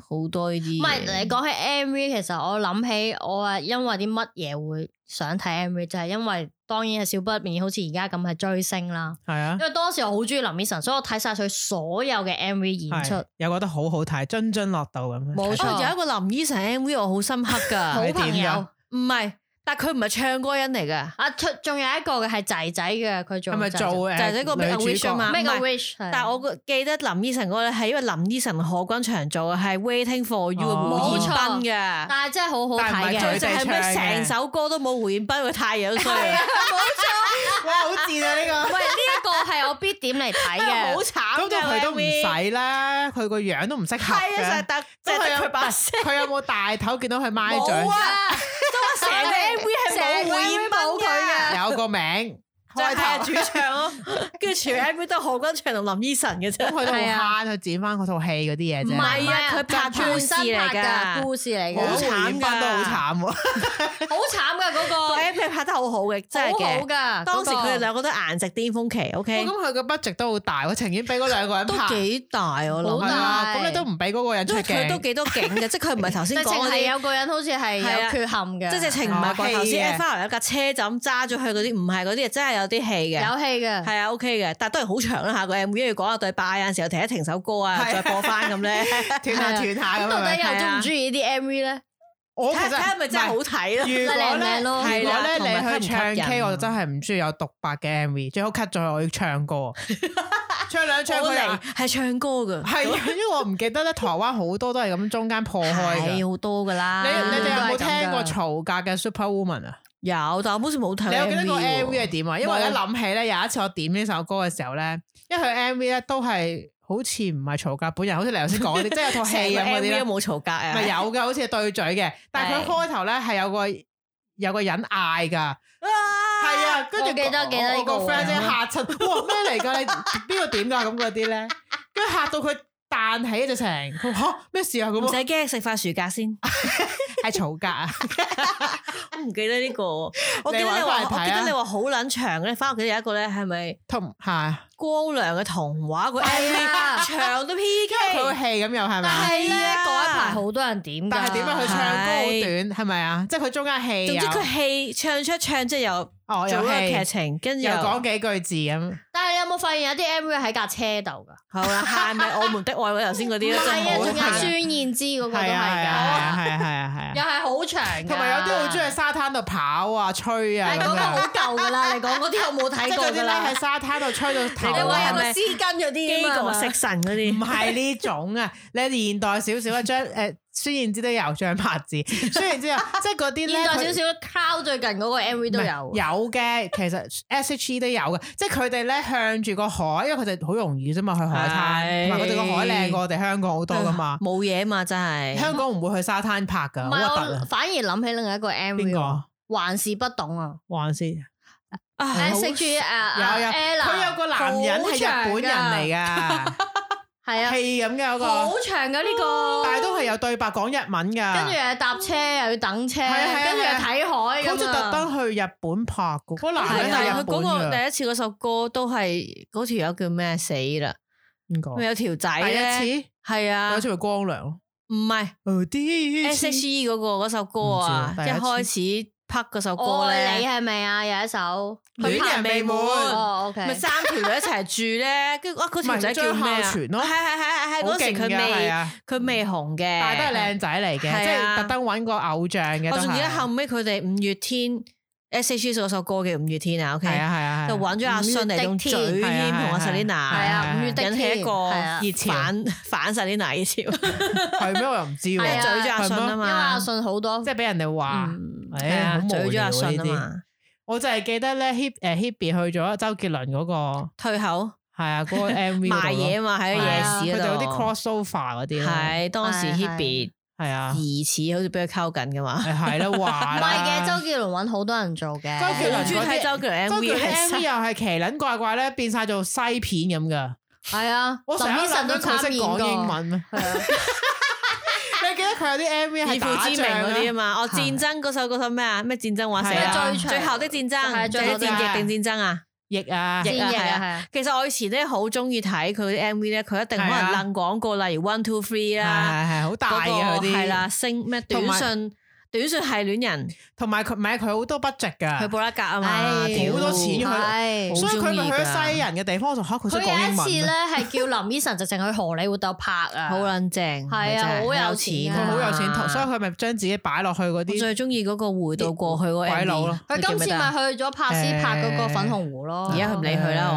S4: 好多呢啲嘢。
S2: 唔係你講起 MV，其實我諗起我啊，因為啲乜嘢會想睇 MV，就係因為當然係少不免，好似而家咁係追星啦。
S3: 係啊
S2: 因，為當時我好中意林依晨，所以我睇晒佢所有嘅 MV 演出
S3: 係，又覺得好好睇，津津樂道咁樣。
S2: 冇
S4: 哦，
S2: 錯
S4: 有一個林依晨 MV 我好深刻
S2: 好
S4: 噶，
S2: 朋
S3: 點
S2: 友
S3: 樣。
S4: 唔係，但佢唔係唱歌人嚟噶，
S2: 啊，出仲有一個嘅係仔仔嘅，佢做
S3: 係咪做
S2: 仔
S3: 誒
S4: 就係呢個
S3: 女
S4: Make a
S3: 主
S4: Wish 啊
S3: 角
S4: 嘛
S2: 仔 Make
S4: 唔
S2: a
S4: 係
S2: wish？係
S4: 但係我記得林依晨嗰個咧，係因為林依晨何君祥做嘅，係 Waiting for You 嘅
S3: 哦
S4: 胡
S2: 冇錯
S4: 彥斌嘅。
S2: 但係真係好好
S3: 但係唔
S2: 睇
S3: 係
S2: 嘅
S3: 佢。
S4: 最正係咩？
S3: 佢哋唱嘅
S4: 成首歌都冇胡彥斌嘅太陽衰，
S3: 哇！好賤啊呢個。
S2: 喂，呢一個係我必點 嚟睇嘅
S4: 好。慘
S3: 咁
S4: 嘅
S3: 到佢都唔
S4: MV
S3: 使啦，佢個樣都唔適合
S4: 係啊，就係
S3: 嘅。
S4: 得
S3: 即
S4: 就係
S3: 係
S4: 得
S3: 佢
S4: 佢把聲，
S3: 佢有冇大頭見到佢咪
S4: 冇
S3: 嘴？
S4: 啊！都話成個 MV 係冇
S2: 成
S4: 胡
S2: 個 MV
S4: 彥
S2: 冇
S4: 斌
S2: 佢
S4: 嘅
S2: 嘅。
S3: 啊有個名，
S4: 就
S3: 開
S4: 係
S3: 頭
S4: 主唱咯，跟住全 MV 都係何君祥同林依晨嘅啫
S3: 咁。佢都好
S2: 係啊
S3: 慳，佢剪翻嗰套戲嗰啲嘢
S2: 唔
S3: 啫。
S4: 係啊佢
S2: 就
S4: 拍
S2: 全身
S4: 故事嚟
S2: 拍
S4: 㗎
S2: 故事嚟
S3: 好
S4: 啊好
S2: 㗎，
S3: 慘
S4: 慘㗎
S3: 噶，都好慘喎。
S2: 好慘㗎嗰
S4: 個
S2: 個，
S4: MV 拍得好好嘅，真係
S2: 好好
S4: 嘅。
S2: 㗎。
S4: 當時
S2: 嗰個
S4: 佢哋兩個都顏值巔峰期
S3: 哇
S4: ，OK，
S3: 咁佢個 budget 都好大，我情願俾嗰兩個人
S4: 都
S3: 拍。
S4: 幾大我
S2: 好
S4: 諗
S3: 係
S2: 大，
S3: 啊咁你都唔俾嗰個人
S4: 因
S3: 出
S4: 為佢
S3: 鏡
S4: 都。幾多景嘅，即係佢唔係頭先
S2: 直情
S4: 講嗰
S2: 係
S4: 啲，
S2: 有個人好似係
S4: 係
S2: 有
S4: 啊
S2: 缺陷嘅，
S4: 即係直情唔係話頭
S3: 哦戲嘅
S4: 先 F R 有架車就咁揸咗去嗰啲，唔係嗰啲，真係有有啲戲嘅。
S2: 有戲嘅，
S4: 係啊，OK 嘅，但係當然好長啦嚇個 M V，要講下對拜啊，有時候停一停首歌啊，
S3: 係
S4: 再播翻 咁咧，
S3: 斷下
S2: 係啊
S3: 斷下咁
S2: 咁
S3: 樣。
S2: 到底
S4: 係
S2: 又中
S4: 啊
S2: 唔中意呢啲 MV 咧？
S3: 我
S4: 睇
S3: 其
S4: 下
S3: 實
S4: 睇下係咪真係好睇
S3: 如果咧，
S4: 咯。
S2: 靚靚咯
S3: 如果
S4: 係啦
S3: 咧
S4: 同埋
S3: 你去唱
S4: 吸唔吸
S3: K，
S4: 引啊
S3: 我就真係唔中意有獨白嘅 MV，最好 cut 咗佢我要唱 歌，唱兩唱
S4: 我
S3: 佢
S4: 嚟
S3: 又
S4: 係唱歌㗎，
S3: 係，啊因為我唔記得咧，台灣好多都係咁中間破開嘅。
S4: 係好多㗎啦。
S3: 你你哋有冇
S2: 都係咁㗎
S3: 聽過曹格嘅 Super Woman 啊？
S4: 有，但我好似冇睇。
S3: 你有記得個 M V
S4: 喎
S3: 係點啊？因為我一
S4: 啊冇
S3: 諗起咧，有一次我點呢首歌嘅時候咧，因為佢 M V 咧都係好似唔係曹格本人，好似你頭先講嗰啲，即係有套戲
S4: 成
S3: 咁
S4: 個
S3: 嗰啲
S4: M V
S3: 咧
S4: 都，冇嘈格啊？
S3: 咪有嘅，好似係對嘴嘅，但係佢
S4: 係
S3: 開頭咧係有個有個人嗌㗎。係 啊，跟住
S2: 我記得
S3: 我
S2: 記得
S3: 我
S2: 呢
S3: 個
S2: 個
S3: friend
S2: 喎
S3: 真係嚇親，哇咩嚟㗎？你邊個點㗎咁嗰啲咧？跟住嚇到佢彈起就成，佢話嚇咩事啊
S4: 唔使
S3: 咁啊？
S4: 驚，食塊薯 格先。
S3: 係曹格啊！
S4: 我唔記得呢 個，我記得
S3: 你
S4: 你
S3: 玩翻
S4: 話，
S3: 嚟睇啊
S4: 我記得你話好撚長咧。翻屋企有一個咧，係咪
S3: 同係
S4: 光良嘅童話個 M
S2: 係
S4: V
S2: 啊
S4: 長到 P
S3: 佢個
S4: K？
S3: 戲咁又係咪
S2: 但
S3: 啊？
S2: 係咧
S4: 係啊
S2: 嗰一排好多人點㗎，
S3: 但係點啊？佢唱
S4: 係
S3: 歌好短係咪啊？即係佢中間戲
S4: 總
S3: 有
S4: 之
S2: 哎
S4: 佢戲唱出唱即係又
S3: 哦
S4: 做
S3: 有
S4: 咗個劇
S3: 戲，
S4: 情，跟住
S3: 又講幾句字咁。
S2: 但係你有冇發現有啲 MV 喺架車度㗎？
S4: 好啦，係咪我們的愛嗰頭先嗰啲
S2: 唔
S4: 咧？真
S2: 係
S4: 係
S2: 啊，
S4: 好
S2: 仲有
S4: 睇
S2: 孫燕姿嗰個都
S3: 係啊係
S2: 係
S3: 啊
S2: 㗎，
S3: 係啊係啊係
S2: 又
S3: 啊！
S2: 係好長㗎。
S3: 同埋有啲好中意喺沙灘度跑啊、吹啊
S2: 但係
S3: 咁
S2: 嗰個好
S3: 樣，
S2: 舊㗎啦，你講嗰啲我冇
S3: 即
S2: 睇
S3: 係
S2: 過
S3: 嗰啲
S2: 㗎
S3: 咧喺
S2: 啦。
S3: 沙灘度吹到頭
S2: 你
S4: 你
S3: 啊
S4: 話
S2: 話
S4: 係
S2: 有個
S4: 咪
S2: 絲巾嗰
S4: 基
S2: 啲啊
S4: 哥
S2: 嘛
S4: 食神嗰啲
S3: 唔。係呢種啊，你現代少少啊，張誒孫燕姿都有張柏芝，雖然之後即係嗰啲咧，
S2: 現代
S3: 佢
S2: 少少 Cloud 最近嗰個 MV 都
S3: 唔係
S2: 有。啊
S3: 有嘅，其實 S.H.E 都有嘅，即係佢哋咧向住個海，因為佢哋好容易啫嘛，去海灘，
S4: 係
S3: 同埋佢哋個海靚過我哋香港好多噶嘛，
S4: 冇嘢嘛，真係。
S3: 香港唔會去沙灘拍噶，
S2: 嗯唔
S3: 好
S2: 係
S3: 核突
S2: 我
S3: 啊！
S2: 反而諗起另一個 MV，
S3: 邊
S2: 喎
S3: 個
S2: 還是不懂啊。
S3: 還是有
S4: 啊
S2: 誒
S4: 好
S2: 識住誒啊
S3: 有，佢有個男人係日本人 嚟
S2: 係
S3: 噶，
S2: 啊，
S3: 戲咁嘅嗰個，
S2: 好長㗎呢個。
S3: 但係都係有對白講日文噶，
S2: 跟住又搭車又要等車，
S3: 啊係啊係啊
S2: 跟住又睇海咁啊
S3: 好似特登去日本拍嘅，嗰個男
S4: 係
S3: 人係
S4: 但係
S3: 日
S4: 佢嗰個
S3: 本嘅，
S4: 第一次嗰首歌都係嗰條友叫咩死啦，
S3: 邊
S2: 啊
S3: 個
S4: 咪有條仔
S3: 第
S4: 咧，
S3: 一次，
S4: 係啊
S3: 有一，次咪光良咯。呃
S4: 唔係 S.H.E 嗰個嗰首歌啊
S3: 唔，知
S4: 一
S3: 啊
S4: 開始拍嗰首歌
S2: 愛你
S4: 咧，
S2: 係咪啊？有一首
S3: 戀
S4: 佢拍
S3: 人未滿
S2: 哦，OK，
S4: 咪三條女一齊住咧，跟住啊嗰條仔叫
S3: 唔係
S4: 咩
S3: 張
S4: 啊？
S3: 孝全咯
S4: 係係係係係
S3: 好
S4: 嗰時
S3: 勁
S4: 佢
S3: 㗎係
S4: 未
S3: 啊
S4: 佢未紅嘅，
S3: 但係都係靚仔嚟
S4: 係啊
S3: 嘅，即係特登揾個偶像嘅。
S4: 我
S3: 都
S4: 仲
S3: 係
S4: 記得後尾佢哋五月天 S.H.E 嗰首歌叫《五月天》啊，OK，
S3: 係啊係啊，
S4: 就揾咗阿信嚟用嘴
S2: 五月的
S3: 天
S4: 添同阿 Selina
S2: 係啊，五月的
S4: 引起一個
S2: 係啊
S4: 熱潮反反晒啲奶熱潮，
S3: 係咩？我又唔知
S2: 係
S4: 嘴
S2: 啊
S3: 喎，
S4: 咗阿信啊
S2: 因為阿
S4: 嘛，
S2: 信好多
S3: 即係俾人哋話，
S2: 嗯
S4: 係
S3: 誒，
S4: 啊，
S3: 好
S4: 嘴
S3: 無
S4: 咗
S3: 聊
S4: 阿
S3: 啊
S4: 信
S3: 呢
S4: 啊
S3: 啲。
S4: 嘛，
S3: 我就係記得咧，Hebe 誒 Hebe 去咗周杰倫嗰個
S4: 退口
S3: 係啊 嗰個 MV 嗰
S4: 賣
S3: 度
S4: 嘢啊
S3: 咯
S4: 嘛，喺
S3: 係啊
S4: 夜市
S3: 佢哋
S4: 嗰
S3: 有
S4: 度，
S3: 啲 crossover 嗰啲咯，
S4: 係當時
S2: 係
S4: Hebe
S3: 係啊，
S4: 疑似好似俾佢溝緊噶嘛，
S3: 誒係啦，
S2: 唔
S3: 話
S2: 係嘅，
S3: 啦
S2: 周杰倫揾好多人做嘅。
S3: 周杰
S4: 好
S3: 倫
S4: 中意睇周杰倫
S3: 周杰倫 MV
S4: MV，
S3: 又係奇撚怪怪咧，變晒做西片咁噶。
S2: 係啊，
S3: 我成日
S2: 林
S3: 都
S2: Eason
S3: 諗
S2: 都
S3: 到佢
S2: 參
S3: 識
S2: 演
S3: 講
S2: 過啊
S3: 英。文 咩？ 你記得佢有啲 MV
S4: 以
S3: 係
S4: 父
S3: 打
S4: 之名
S3: 仗
S4: 嗰啲啊
S3: 啊？
S4: 嘛，哦
S3: 係
S4: 戰爭嗰首嗰首咩啊，咩戰爭話死
S3: 係
S4: 啊
S3: 啊，
S2: 最長
S4: 最後的戰
S2: 係
S4: 爭，即
S2: 最
S4: 係
S2: 後的
S4: 戰役定戰爭啊？
S3: 翼啊，
S2: 戰
S4: 翼啊
S2: 役啊
S4: 係
S2: 係啊
S4: 其實我以前咧好中意睇佢啲 M V 咧，佢一定可
S3: 係
S4: 能
S3: 啊
S4: 楞廣告，例如 One Two
S3: 係
S4: Three 啦，
S3: 係係好大
S4: 啊
S3: 嘅
S4: 嗰
S3: 嗰
S4: 個
S3: 啲，
S4: 係啦，，星咩短
S3: 同埋
S4: 信短信係戀人，
S3: 同埋佢唔係佢好多 budget
S4: 佢
S3: 㗎，
S4: 布拉格啊
S2: 唉
S4: 嘛，屌
S3: 好多錢嘅
S2: 係
S4: 好
S3: 所以佢咪
S4: 鍾意
S3: 去
S4: 㗎
S3: 咗西人嘅地方，我就嚇佢識講
S2: 佢有
S3: 英
S2: 一次
S3: 文
S2: 咧
S3: 啊，
S2: 係叫林 Eason 直情去荷里活度拍啊，
S4: 好撚正，
S2: 係啊
S4: 真係
S2: 好有
S4: 好
S2: 錢
S4: 錢
S3: 佢
S2: 啊
S4: 啊，
S3: 好有錢，所以佢咪將自己擺落去嗰
S4: 我
S3: 啲
S4: 最中意嗰個回到過去嗰個 M
S3: 鬼
S4: V
S3: 佬咯
S2: 佢今次咪
S3: 啊
S4: 去
S2: 去咗柏斯拍嗰個粉紅湖咯。
S4: 而家佢唔理佢啦，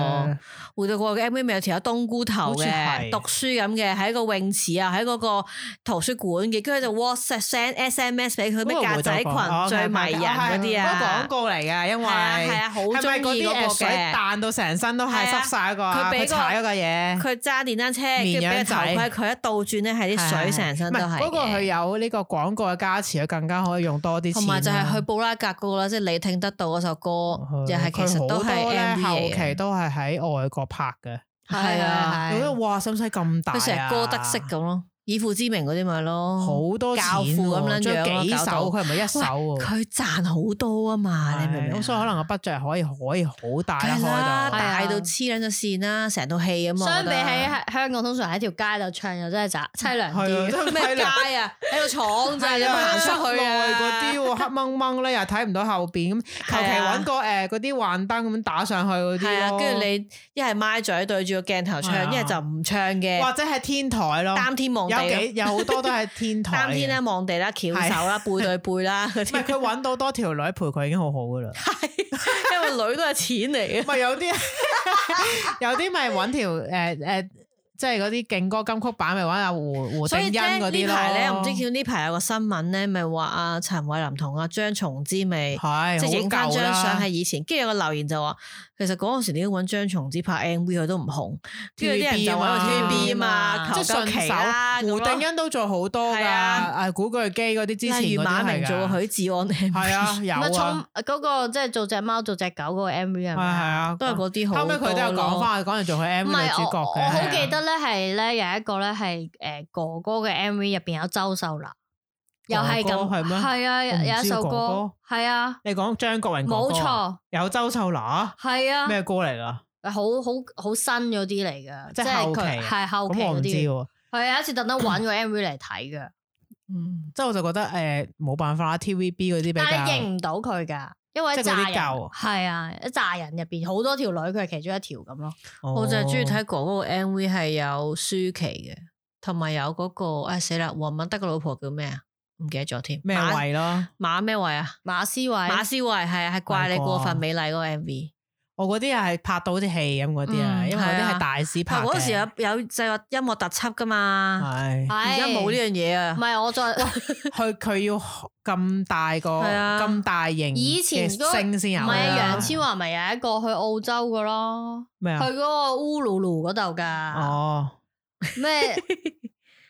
S4: 我
S3: 誒
S4: 回到過去嘅 M V 咪有條有冬菇頭
S3: 好似
S4: 嘅，
S3: 係
S4: 讀書咁嘅，喺個泳池啊，喺嗰個圖書館嘅，跟住就 WhatsApp send S M S 俾佢咩
S3: 啊
S4: 格仔裙
S3: 哦
S4: 最迷人嗰啲啊
S3: 嗰個廣。告嚟㗎，因為
S4: 係啊係啊好
S3: 係咪
S4: 鍾意嗰個
S3: 嗰啲誒水
S4: 嘅
S3: 彈到成身都係
S4: 係啊
S3: 濕晒嗰個
S4: 佢
S3: 啊，
S4: 俾
S3: 佢
S4: 個
S3: 踩嗰個嘢。
S4: 佢揸電單車，跟
S3: 綿
S4: 住俾個
S3: 羊
S4: 頭
S3: 仔
S4: 盔，佢一倒轉咧，係啲水成身都
S3: 唔
S4: 係
S3: 係
S4: 嘅。
S3: 嗰個佢有呢個廣告嘅加持，佢更加可以用多啲錢啦。
S4: 同埋就係去布拉格嗰個啦，即係你聽得到嗰首歌，又係其實
S3: 哦佢
S4: 都係
S3: 好多咧
S4: M V
S3: 後
S4: 嚟
S3: 期
S4: 嘅。
S3: 都係喺外國拍嘅。
S4: 係啊
S2: 係
S3: 我覺得
S2: 係
S3: 哇，使唔使咁大啊？
S4: 佢成日歌德式咁咯，以父之名嗰啲咪咯，
S3: 好啊多錢
S4: 教父咁
S3: 喎，
S4: 樣
S3: 仲
S4: 樣
S3: 有
S4: 咯
S3: 幾
S4: 搞
S3: 手，
S4: 到
S3: 佢唔係一手喎。
S4: 佢賺好多啊嘛，你明唔明啊？
S3: 咁所以可能個 budget 可以可以好大啦，
S4: 梗
S3: 開
S4: 係啦，
S3: 到
S2: 係啊
S4: 大到黐撚咗線啦，成套戲咁啊！
S2: 相比
S4: 我覺得
S2: 起香港，通常喺條街度唱又真係 渣凄涼
S3: 係啊
S2: 啲。
S3: 真係
S4: 咩街啊，喺度闖咋，你
S3: 係
S4: 有冇
S3: 啊，
S4: 行出去
S3: 室內
S4: 啊
S3: 嗰啲喎黑掹掹咧，又睇唔到後 邊咁，求其
S4: 係啊
S3: 揾個誒嗰啲幻燈咁打上去嗰
S4: 係
S3: 啲
S4: 啊，
S3: 咯
S4: 跟住你一係咪嘴對住個鏡頭
S3: 係啊
S4: 唱，一係就唔唱
S3: 或
S4: 嘅，
S3: 者係天台咯，
S4: 擔天望地
S3: 有
S4: 咯，
S3: 幾有好多都係天台
S4: 擔天啊
S3: 嘅。
S4: 啦望地啦，翹
S3: 係
S4: 手啦，背對背啦嗰
S3: 唔係
S4: 啲，
S3: 佢揾到多條女陪佢已經好好 噶啦，
S4: 因為女都係錢 嚟
S3: 唔係有啲有啲咪揾條誒誒，即係嗰啲勁歌金曲版咪揾阿胡胡
S4: 嘅，所
S3: 定
S4: 以
S3: 欣
S4: 咧
S3: 嗰
S4: 呢
S3: 啲
S4: 排咧，
S3: 咯，
S4: 我唔知見到呢排有個新聞咧，咪話阿陳慧琳同阿張松之咪。
S3: 係
S4: 即係影翻
S3: 好舊
S4: 張
S3: 啦
S4: 相係以前，跟住有個留言就話，其實嗰陣時你都揾張松之拍 MV 佢都唔紅，跟住啲人就揾
S3: TVB
S4: TVB 啊嘛，
S3: 即
S4: 求
S3: 係
S4: 求其
S3: 順
S4: 啦，
S3: 手，胡定欣都做好多
S4: 係
S3: 噶，
S4: 啊
S3: 誒古巨基嗰啲之前
S4: 例如
S3: 嗰
S4: 馬
S3: 啲
S4: 明
S3: 係
S4: 做
S3: 㗎
S4: 過許志安 MV，
S3: 係啊有
S2: 咪
S3: 啊，
S2: 寵嗰個即係做只貓做只狗嗰個 MV 係
S3: 係
S2: 咪啊？
S3: 啊，
S4: 都係嗰啲好。
S3: 後尾佢都有講，翻，講人做佢 M
S2: 唔
S3: 女
S2: 係
S3: 主角
S2: 我我
S3: 嘅，
S2: 好記得咧，係咧有一個咧係誒哥哥嘅 MV 入邊有周秀娜，又係
S3: 哥
S2: 咁
S3: 哥係咩
S2: 係啊，
S3: 我唔知
S2: 有有一首
S3: 哥
S2: 歌係啊，
S3: 你講張國榮哥哥
S2: 冇，錯，
S3: 有周秀娜
S2: 係啊，
S3: 咩歌嚟㗎？
S2: 好好好新嗰啲嚟噶，
S3: 即
S2: 即
S3: 係
S2: 係
S3: 後期啊
S2: 佢係後期
S3: 咁我
S2: 嗰
S3: 唔知
S2: 啲，
S3: 喎，
S2: 係啊有一次特登揾個 MV 嚟睇噶，
S3: 即係我就覺得誒冇辦法啦，TVB 嗰啲比較
S2: 但係認唔到佢噶，因為一
S3: 即係嗰啲
S2: 紮人
S3: 舊
S2: 係啊，一紮人入邊好多條女，佢係其中一條咁咯。
S4: 我就係中意
S3: 哦
S4: 睇哥哥個 MV 係有舒淇嘅，同埋有嗰個唉死啦，黃敏德個老婆叫咩啊？唔記得咗添。
S3: 咩
S4: 馬
S3: 位咯，
S4: 馬咩慧啊？
S2: 馬思偉，
S4: 馬思慧係係怪你過分美麗嗰個 MV。
S3: 我嗰啲又係拍到好似戲咁嗰啲啊，
S2: 嗯
S3: 因為嗰
S4: 係
S3: 啲
S4: 啊
S3: 係大使拍
S4: 但
S3: 嘅，啊
S4: 嗰時有有製作音樂特輯噶嘛，
S3: 係。
S2: 啊
S4: 而家冇呢樣嘢啊。
S2: 唔係我再。
S3: 佢佢要咁大個
S4: 係啊
S3: 咁大型
S2: 以前嗰
S3: 嘅星先有
S2: 唔
S3: 啊，
S2: 係啊，
S4: 啊
S2: 楊千嬅咪有一個去澳洲嘅咯，
S3: 咩
S2: 去
S3: 啊？
S2: 嗰個烏魯魯嗰度噶，
S3: 哦，
S2: 咩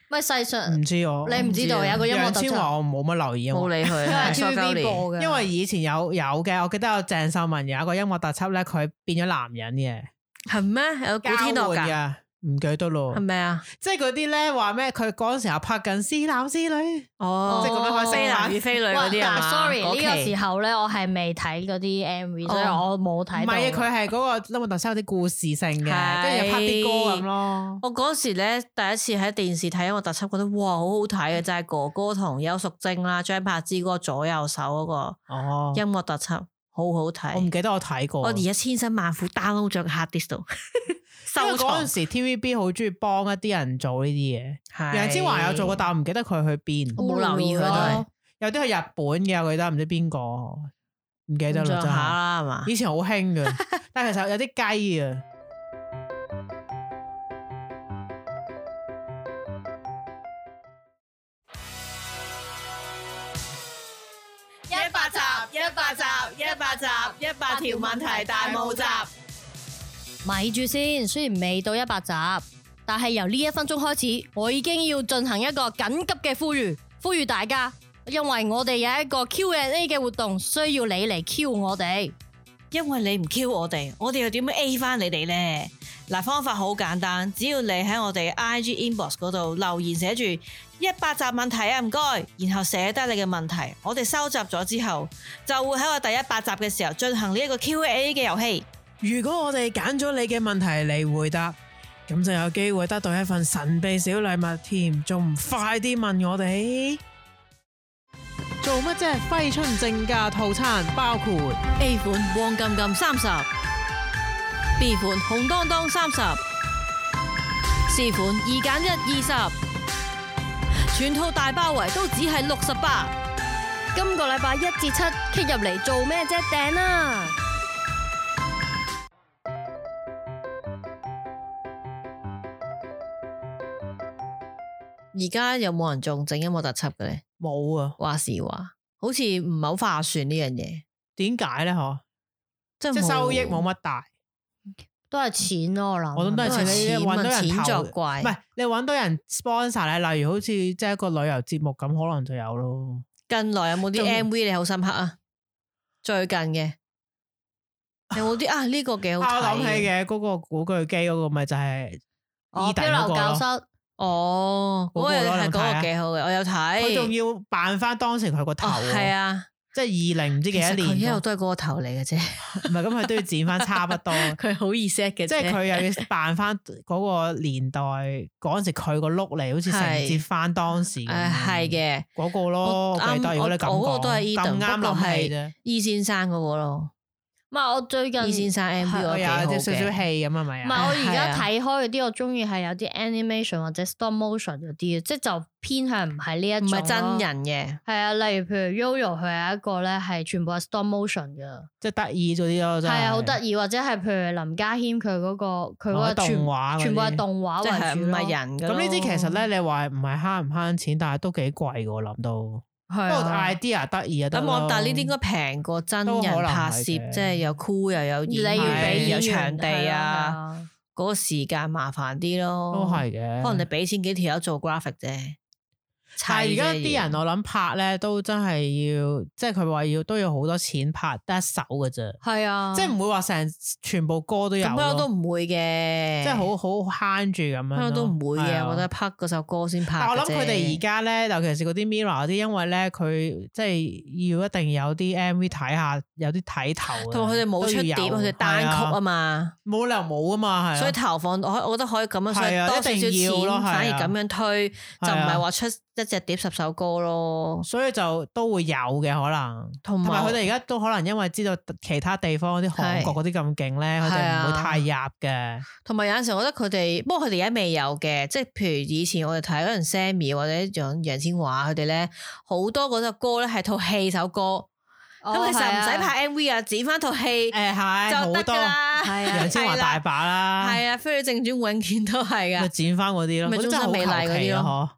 S2: 咩世上
S3: 唔知我
S2: 你唔知道
S4: 呃唔知啊
S2: 有個音樂
S3: 楊
S2: 特
S3: 千
S2: 輯，
S3: 嬅我冇乜留意啊
S4: 冇
S3: 我，
S4: 理佢，
S2: 因為
S4: 係塑膠
S2: TVB
S4: 年
S2: 播嘅，
S3: 因為以前有有嘅，我記得有鄭秀文有一個音樂特輯咧，佢變咗男人嘅，
S4: 係咩？有古天
S3: 交
S4: 樂
S3: 換
S4: 㗎，
S3: 㗎，唔記得咯
S4: 係，咪啊？
S3: 即係嗰啲咧話咩？佢嗰陣時候拍緊《師男師女》，
S4: 哦，
S3: 即係咁樣可以
S4: 非
S3: 成
S4: 男
S3: 版
S4: 與非女
S2: 哇
S4: 嗰啲啊
S2: 嗱
S4: 嘛
S2: ，sorry 呢
S4: 嗰
S2: 個
S4: 期
S2: 時候咧，我係未睇嗰啲 MV，所以
S4: 哦
S2: 我冇睇
S3: 唔
S2: 到。
S3: 係啊，佢係嗰個音樂特輯有啲故事性嘅，跟住
S4: 係
S3: 又拍啲歌咁咯。
S4: 我嗰時咧第一次喺電視睇音樂特輯，覺得哇好好睇嘅，啊
S3: 嗯
S4: 就係、哥哥同邱淑貞啦、張柏芝嗰個左右手嗰個
S3: 哦，
S4: 音樂特輯，好好
S3: 我唔
S4: 睇。
S3: 記得我睇過。
S4: 我而家千辛萬苦 download 咗個 hard disk 度
S3: 因為
S4: 收
S3: 嗰
S4: 藏
S3: 陣。時 TVB 好中意幫一啲人做呢啲嘢，
S4: 係
S3: 楊千嬅有做過，但我唔記得佢去邊
S4: 我，冇留意佢都
S2: 烏魯魯
S4: 係
S2: 咯，
S3: 有啲去日本嘅，我記得唔知邊個，唔記得
S4: 咁
S3: 啦
S4: 上
S3: 真係。
S4: 下啦，係嘛？
S3: 以前好興 嘅，但係其實有啲雞啊。
S4: 一百集，一百集，一百集，一百條問題大募集。
S2: 咪住先，雖然未到一百集，但係由呢一分鐘開始，我已經要進行一個緊急嘅呼籲，呼籲大家，因為我哋有一個 Q&A 嘅活動，需要你嚟 Q 我哋。
S4: 因為你唔 Q 我哋，我哋又點樣 A 翻你哋呢？嗱，方法好簡單，只要你喺我哋 IG inbox 嗰度留言寫住一百集問題啊，唔該，然後寫低你嘅問題，我哋收集咗之後，就會喺我第一百集嘅時候進行呢一個 Q&A 嘅遊戲。
S3: 如果我哋揀咗你嘅問題嚟回答，咁就有機會得到一份神秘小禮物添，仲唔快啲問我哋？做乜啫？揮春正價套餐包括
S4: A 款黃金金三十，B 款紅當當三十，C 款二揀一二十，全套大包圍都只係六十八。
S2: 今個禮拜一至七 K 入嚟做咩啫？頂啦！
S4: 而家有冇人仲整音樂特輯嘅咧？
S3: 冇啊？
S4: 話時話，好似唔係好化算呢樣嘢，
S3: 點解呢？嗬，即
S4: 即
S3: 係收益冇
S4: 乜，
S3: 乜大，
S2: 都係錢咯，我諗。
S3: 我哦諗都
S4: 都
S3: 係
S4: 係
S3: 錢
S4: 錢
S3: 你揾到
S4: 揾
S3: 人
S4: 錢
S3: 投
S4: 作怪，
S3: 唔係你揾到人 sponsor 咧，例如好似即係一個旅遊節目咁，可能就有咯。
S4: 近來有冇啲
S3: 仲
S4: M V 你好深刻啊？最近嘅有冇啲啊？呢個幾好
S3: 啊我諗起
S4: 睇嘅，
S3: 嘅嗰個古巨基嗰個咪就係
S2: 哦，
S3: 伊頓
S2: 漂
S3: 嗰個
S2: 流教
S3: 咯
S2: 室，
S4: 哦，嗰
S3: 嗰
S4: 個
S3: 個咯
S4: 係
S3: 你有冇
S4: 嗰
S3: 睇
S4: 個
S3: 啊
S4: 幾好嘅，我有睇。
S3: 佢仲要扮翻當時佢個頭
S4: 哎哦，
S3: 喎，
S4: 係啊，
S3: 即係二零唔知幾
S4: 其
S3: 多
S4: 實佢一
S3: 年
S4: 路
S3: 喎，
S4: 都係嗰個頭嚟嘅啫，
S3: 唔係咁佢都要剪翻差不多，
S4: 佢好易 set 嘅啫，
S3: 即係佢又要扮翻嗰個年代嗰陣時佢個碌嚟，好似承接翻當時咁
S4: 誒係嘅，
S3: 嗰個咯，
S4: 我
S3: 記得
S4: 啱
S3: 如果你咁
S4: 我我
S3: 講，
S4: 嗰個都係
S3: 咁
S4: Eden，
S3: 啱
S4: 不過
S3: 諗起
S4: 係
S3: 啫，
S4: E 先生嗰個咯
S2: 唔係我最近
S4: ，E 先生 M V
S2: 係
S4: 我
S3: 我
S4: 幾
S3: 有
S4: 好
S3: 啲少少
S4: 嘅，
S3: 戲啊咁係咪
S2: 唔係
S3: 啊？
S2: 我而
S4: 係
S2: 家
S4: 啊
S2: 睇開嗰啲，我中意係有啲 animation 或者 stop motion 嗰啲嘅，啊即係就偏向唔係呢一
S4: 唔
S2: 種咯
S4: 係真。人嘅，
S2: 係啊，例如譬如 Yoyo 佢有一個咧係全部係 stop motion 嘅，
S3: 即係得意咗啲咯，真
S2: 係啊好得
S3: 意，
S2: 意，或者係譬如林家謙佢嗰個佢
S3: 或
S2: 嗰個
S3: 者
S4: 哦
S3: 動
S2: 全
S3: 畫嗰啲
S2: 全部係動畫
S4: 即係
S2: 為主
S4: 唔
S2: 咯
S4: 係人嘅
S3: 咁
S4: 咯。
S3: 呢啲其實咧，你話唔係慳唔慳錢，但係都幾貴嘅，我諗到。不
S2: 係
S3: 過
S2: 啊
S3: idea 得意啊，得
S4: 咁我
S3: 咯
S4: 但呢啲應該平過真
S3: 都可能
S4: 人
S3: 係
S4: 拍
S3: 嘅
S4: 攝，即係有 crew 又有
S2: 你
S4: 演
S2: 要俾
S4: 員有
S2: 演員
S4: 場地
S2: 係
S4: 啊，
S2: 係啊
S4: 嗰個時間麻煩啲咯。
S3: 都係嘅。
S4: 可能你俾錢幾條友做 graphic 啫。
S3: 但係而家
S4: 砌啫
S3: 啲人我諗拍咧都真係要，即係佢話要都要好多錢拍得一首嘅啫，
S2: 係啊，
S3: 即係唔會話成全部歌都有
S4: 咁
S3: 咯，
S4: 樣都唔會嘅，
S3: 即係好好慳住咁樣
S4: 香
S3: 咯，
S4: 港都唔會
S3: 係
S4: 嘅，
S3: 啊
S4: 我覺得拍嗰首歌先拍嘅
S3: 但
S4: 啫。
S3: 我諗佢哋而家咧，尤其是嗰啲 Mirror 嗰啲，因為咧佢即係要一定有啲 MV 睇下，有啲睇頭嘅。
S4: 同埋佢哋冇出碟，
S3: 都要
S4: 佢
S3: 有
S4: 哋單曲啊，
S3: 係
S4: 嘛，
S3: 冇理由冇啊嘛，係啊。
S4: 所以投放我我覺得可以咁樣，所以
S3: 係啊
S4: 多少
S3: 一定要咯
S4: 少
S3: 係
S4: 錢，
S3: 啊
S4: 反而咁樣推，就唔
S3: 係啊
S4: 係話出一隻碟十首歌咯。
S3: 所以就都會有嘅可能。
S4: 同
S3: 同埋
S4: 埋
S3: 佢哋而家都可能因為知道其他地方啲韓國嗰啲咁勁咧，佢
S4: 係
S3: 哋
S4: 啊
S3: 唔會太入嘅。
S4: 同埋有陣時，我覺得佢哋，不過佢哋而家未有嘅，即係譬如以前我哋睇嗰陣 Sammy 或者楊楊千嬅佢哋咧，好多嗰首歌咧係套戲首歌，
S2: 哦
S4: 咁其實唔使拍 MV 啊，剪翻套戲
S3: 哦誒係好
S4: 啊就得
S3: 多
S4: 㗎啦。
S2: 係啊
S3: 楊千嬅大把啦，
S4: 係啊，《飛女正傳》永遠都係
S3: 咪
S4: 噶，
S3: 剪翻嗰啲咯，
S4: 咪
S3: 嗰啲
S4: 中
S3: 真係
S4: 心
S3: 好
S4: 美麗
S3: 求
S4: 嗰
S3: 其
S4: 啲
S3: 咯，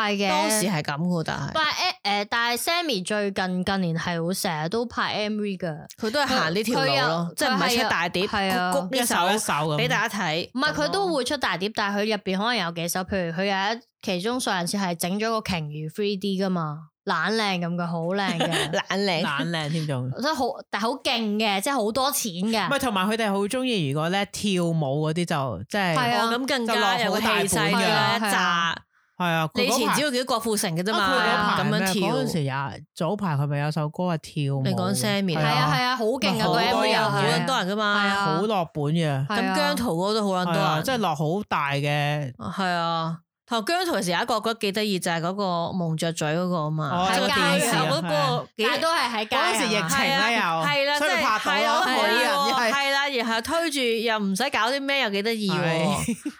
S2: 係嘅，
S4: 當時係咁噶，但係
S2: 但係誒誒，但係 Sammy 最近近年係會成日都拍 MV 噶，
S4: 佢都係行呢條
S2: 佢有
S4: 嗬路咯，即係唔
S2: 佢係
S4: 係
S2: 有
S4: 出大碟，
S2: 係啊
S4: 谷谷
S3: 嗬一
S4: 呢
S3: 首一首咁。
S4: 俾大家睇。
S2: 唔係佢都會出大碟，但係佢入邊可能有幾首，譬如佢有一其中上次係整咗個鯨魚 three D 噶嘛，懶靚咁嘅，好靚 嘅，
S4: 懶靚，哦
S3: 懶靚添仲。
S2: 即係好但係好勁嘅，即係好多錢
S4: 啊
S3: 唔係，
S2: 嘅，
S3: 同埋佢哋好中意，如果咧跳舞嗰啲就即係
S2: 係啊
S4: 我咁更
S3: 就落
S4: 加有
S3: 好
S4: 個氣
S3: 大
S4: 勢
S3: 本
S4: 㗎
S3: 㗎
S4: 啦，一
S2: 係
S4: 紮
S2: 啊。
S3: 係啊。佢
S4: 你以
S3: 嗰
S4: 前
S3: 排
S4: 只要叫郭富城嘅啫
S3: 啊佢
S4: 嘛，
S3: 嗰排
S4: 咁
S3: 咩
S4: 樣跳。
S3: 嗰陣時也早排佢咪有首歌係跳舞？
S4: 你講 Sammy
S2: 係啊係啊，好勁嘅
S3: 好
S2: 個
S3: 多
S2: MV
S3: 人
S2: 又
S3: 好
S4: 好
S2: 係
S4: 撚
S2: 啊
S4: 多人噶
S2: 係
S4: 嘛。
S2: 啊
S3: 好落本嘅，
S2: 係
S4: 咁
S2: 啊
S4: 姜濤嗰個都好撚
S3: 係
S4: 多
S3: 啊
S4: 人，
S3: 即係落好大嘅。
S4: 係啊。同埋姜濤其實有一個我覺得幾得意，就係嗰個蒙着嘴嗰個啊
S3: 哦
S4: 嘛，
S2: 喺
S4: 即係
S2: 街
S4: 電視
S2: 啊
S4: 嗰個幾
S2: 但係都係喺街
S3: 嗰陣時疫
S2: 係嘛
S3: 情咧又
S4: 係啦，
S3: 所以
S4: 即係
S3: 拍到咯
S4: 係
S2: 可以
S4: 啦
S3: 人
S4: 係
S3: 係
S4: 係啦，然後推住又唔使搞啲咩，又幾得意喎，
S3: 係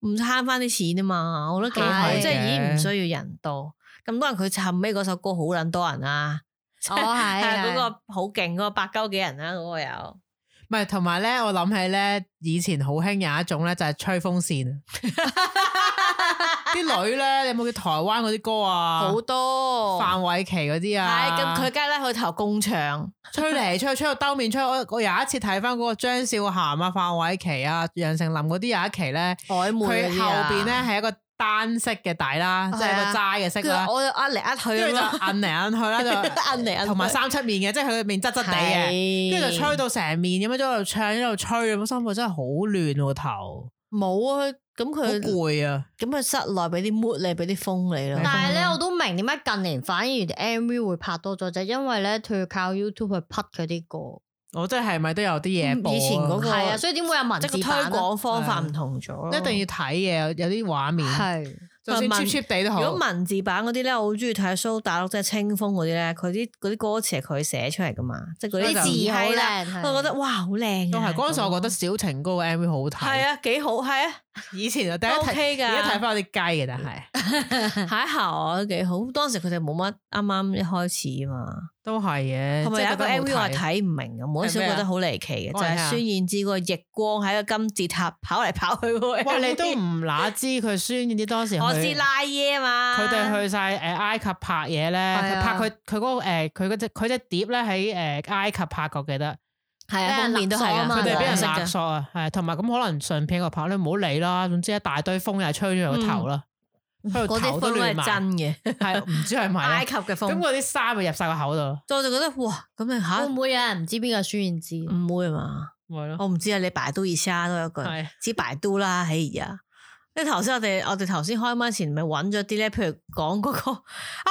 S4: 唔慳翻啲錢啊嘛，我覺得幾好，
S2: 係
S4: 即係已經唔需要人多咁多人，佢後尾嗰首歌好撚多人啊，
S2: 哦 係
S4: 係啊嗰
S2: 係
S4: 個好勁嗰個百鳩幾人啦，嗰個有。
S3: 唔係同埋咧，我諗起咧，以前好興有一種咧，就係吹風 扇。啲女咧，你有冇叫台灣嗰啲歌啊？
S4: 好多。
S3: 范玮琪嗰啲
S4: 係
S3: 啊，
S4: 咁，佢梗係拉佢頭工場，
S3: 吹嚟吹去，吹到兜面吹。我我有一次睇翻嗰個張韶涵啊、范玮琪啊、楊丞琳嗰啲有一期咧，
S4: 曖昧嗰
S3: 佢
S4: 啲啊
S3: 後邊咧係一個單色嘅底啦，
S4: 係啊
S3: 即係個齋嘅色
S4: 跟住
S3: 啦，
S4: 我就呃嚟呃去
S3: 跟住就
S4: 咁樣
S3: 摁嚟摁去 啦，就
S4: 摁嚟摁去
S3: 同埋三七面嘅，即係佢面側側地嘅，
S4: 係
S3: 跟住就吹到成面咁樣，喺度唱喺度吹，咁心抱真係好亂喎頭，
S4: 冇啊，咁
S3: 好
S4: 佢
S3: 攰嗯啊！
S4: 咁佢室內俾啲 mood 你，俾啲風你咯。
S2: 但係咧，我都明點解近年反而 MV 會拍多咗，就係因為咧佢靠 YouTube 去 put 佢啲歌，
S3: 我真係咪都有啲嘢播啊
S4: 以前嗰個
S2: 係啊，所以點會有文
S4: 即
S2: 字
S4: 係個推
S2: 版啊
S4: 廣方法唔同咗，
S3: 哦一定要睇嘢，有啲畫面，
S2: 係
S3: 就算
S4: 文
S3: cheap cheap 地都
S4: 如
S3: 好。
S4: 果文字版嗰啲咧，我好中意睇蘇打綠，即係清風嗰啲咧，佢啲嗰啲歌詞係佢寫出嚟噶嘛，即係嗰啲
S2: 啲字好
S4: 係啦，
S2: 靚，
S4: 我覺
S2: 得
S4: 得哇好靚
S3: 都
S4: 啊。
S3: 係嗰陣時，我覺得小情歌嘅 MV 好好睇。
S4: 係，啊，幾好，係啊，
S3: 以前就第一
S4: 都
S3: 睇，
S4: OK 㗎
S3: 而家睇翻我啲雞嘅，但係嗯
S4: 下一下幾好。當時佢哋冇乜啱啱一開始啊嘛，
S3: 都係嘅。
S4: 同
S3: 嗯
S4: 埋
S3: 即
S4: 有
S3: 係
S4: 一
S3: 覺
S4: 個
S3: 得好
S4: MV 我係睇唔明嘅，我嗰時
S3: 係咩啊
S4: 覺得好離奇嘅，就
S3: 我嚟睇啊
S4: 係
S3: 下
S4: 孫燕姿嗰個逆光喺個金字塔跑嚟跑去嗰個 MV。
S3: 哇！你都唔乸知佢孫燕姿當時去
S4: 我知拉耶啊嘛，
S3: 佢哋去晒誒埃及拍嘢咧，
S2: 係
S3: 佢
S2: 啊
S3: 拍佢佢嗰個誒佢嗰只佢只碟咧喺誒埃及拍過，記得
S4: 係啊，封面都係
S2: 勒索啊
S4: 㗎
S2: 嘛
S3: 佢哋俾人
S2: 黃色
S3: 勒
S4: 㗎
S3: 索啊，係同埋咁可能順片個拍你唔好理啦，總之一大堆風又吹咗佢個頭啦，佢個
S4: 嗯嗰啲
S3: 頭都
S4: 風都
S3: 亂
S4: 係
S3: 埋，
S4: 真嘅，
S3: 係唔知係咪
S4: 埃
S3: 呢
S4: 及嘅風
S3: 咁。嗰啲衫咪入晒個口度，
S4: 我就覺得哇，咁你吓
S2: 會唔會有人唔知邊個係孫燕姿？
S4: 唔會嘛？
S3: 咪咯，
S4: 哦我唔知啊，你百度一下都有一句
S3: 係，
S4: 知百度啦，哎呀，即係頭先我哋我哋頭先開麥前咪揾咗啲咧，譬如講嗰、個 啊，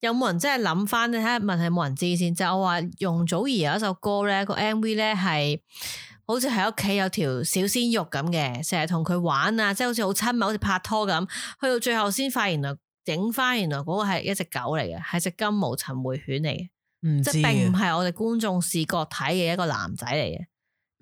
S4: 有冇人真係諗翻咧？睇下問係冇人知先。就我話容祖兒有一首歌咧，個 M V 咧係好似喺屋企有條小鮮肉咁嘅，成日同佢玩啊，即係好似好親密，好似拍拖咁。去到最後先發現原來整翻原來嗰個係一隻狗嚟嘅，係只金毛尋回犬嚟嘅。
S3: 唔
S4: 即
S3: 知
S4: 系并唔
S3: 啊
S4: 系我哋觀眾視覺睇嘅一個男仔嚟嘅。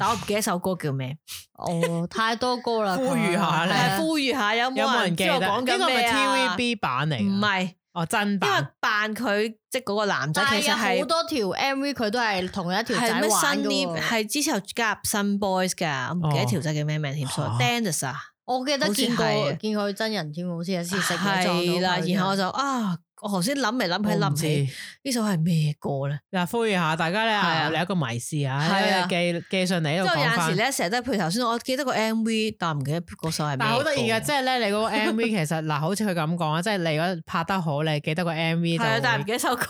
S4: 但我唔記得首歌叫咩，
S2: 哦，太多歌啦，啊
S3: 呼籲下咧
S4: 係呼籲下有
S3: 有
S4: 冇
S3: 冇人
S4: 人
S3: 記
S4: 知
S3: 得
S4: 我
S3: 呢
S4: 講
S3: 個
S4: 緊
S3: 係
S4: 咩
S3: 咪
S4: 啊？
S3: ？TVB 版嚟㗎，
S4: 唔係，
S3: 哦真
S4: 因為
S3: 版
S4: 扮佢即係嗰個男仔
S2: 但
S4: 其
S2: 系
S4: 實
S2: 有好
S4: 係
S2: 多條 MV 佢都係同一條
S4: 係
S2: 仔
S4: 咩
S2: 玩㗎
S4: Sunny
S2: 喎。
S4: 係之前有加入新 boys 㗎，我唔記得
S3: 哦
S4: 條仔叫咩名添
S3: 嚇
S4: ，Dennis 啊，
S2: 我記得
S4: 好似
S2: 見過
S4: 係
S2: 見過佢真人添，好似有次食嘢撞
S4: 係
S2: 到
S4: 啦。
S2: 佢
S4: 然後我就啊，我頭先諗嚟諗
S3: 我
S4: 去
S3: 唔
S4: 諗唔起
S3: 知
S4: 呢首係咩歌咧？
S3: 嗱，呼籲下大家咧，
S4: 係啊
S3: 有一個迷思
S4: 係
S3: 啊，
S4: 啊
S3: 寄寄信嚟呢
S4: 即
S3: 度
S4: 係有
S3: 講
S4: 陣時
S3: 翻。
S4: 咧，成日都係譬如頭先，我記得個 MV，但唔記得嗰首係咩歌。
S3: 但係好得意嘅，即係咧，你 嗰個 M V 其實嗱，好似佢咁講啊，即係你如果拍得好，你記得個 M V 就
S4: 係啊，但係唔
S3: 會
S4: 記得首歌。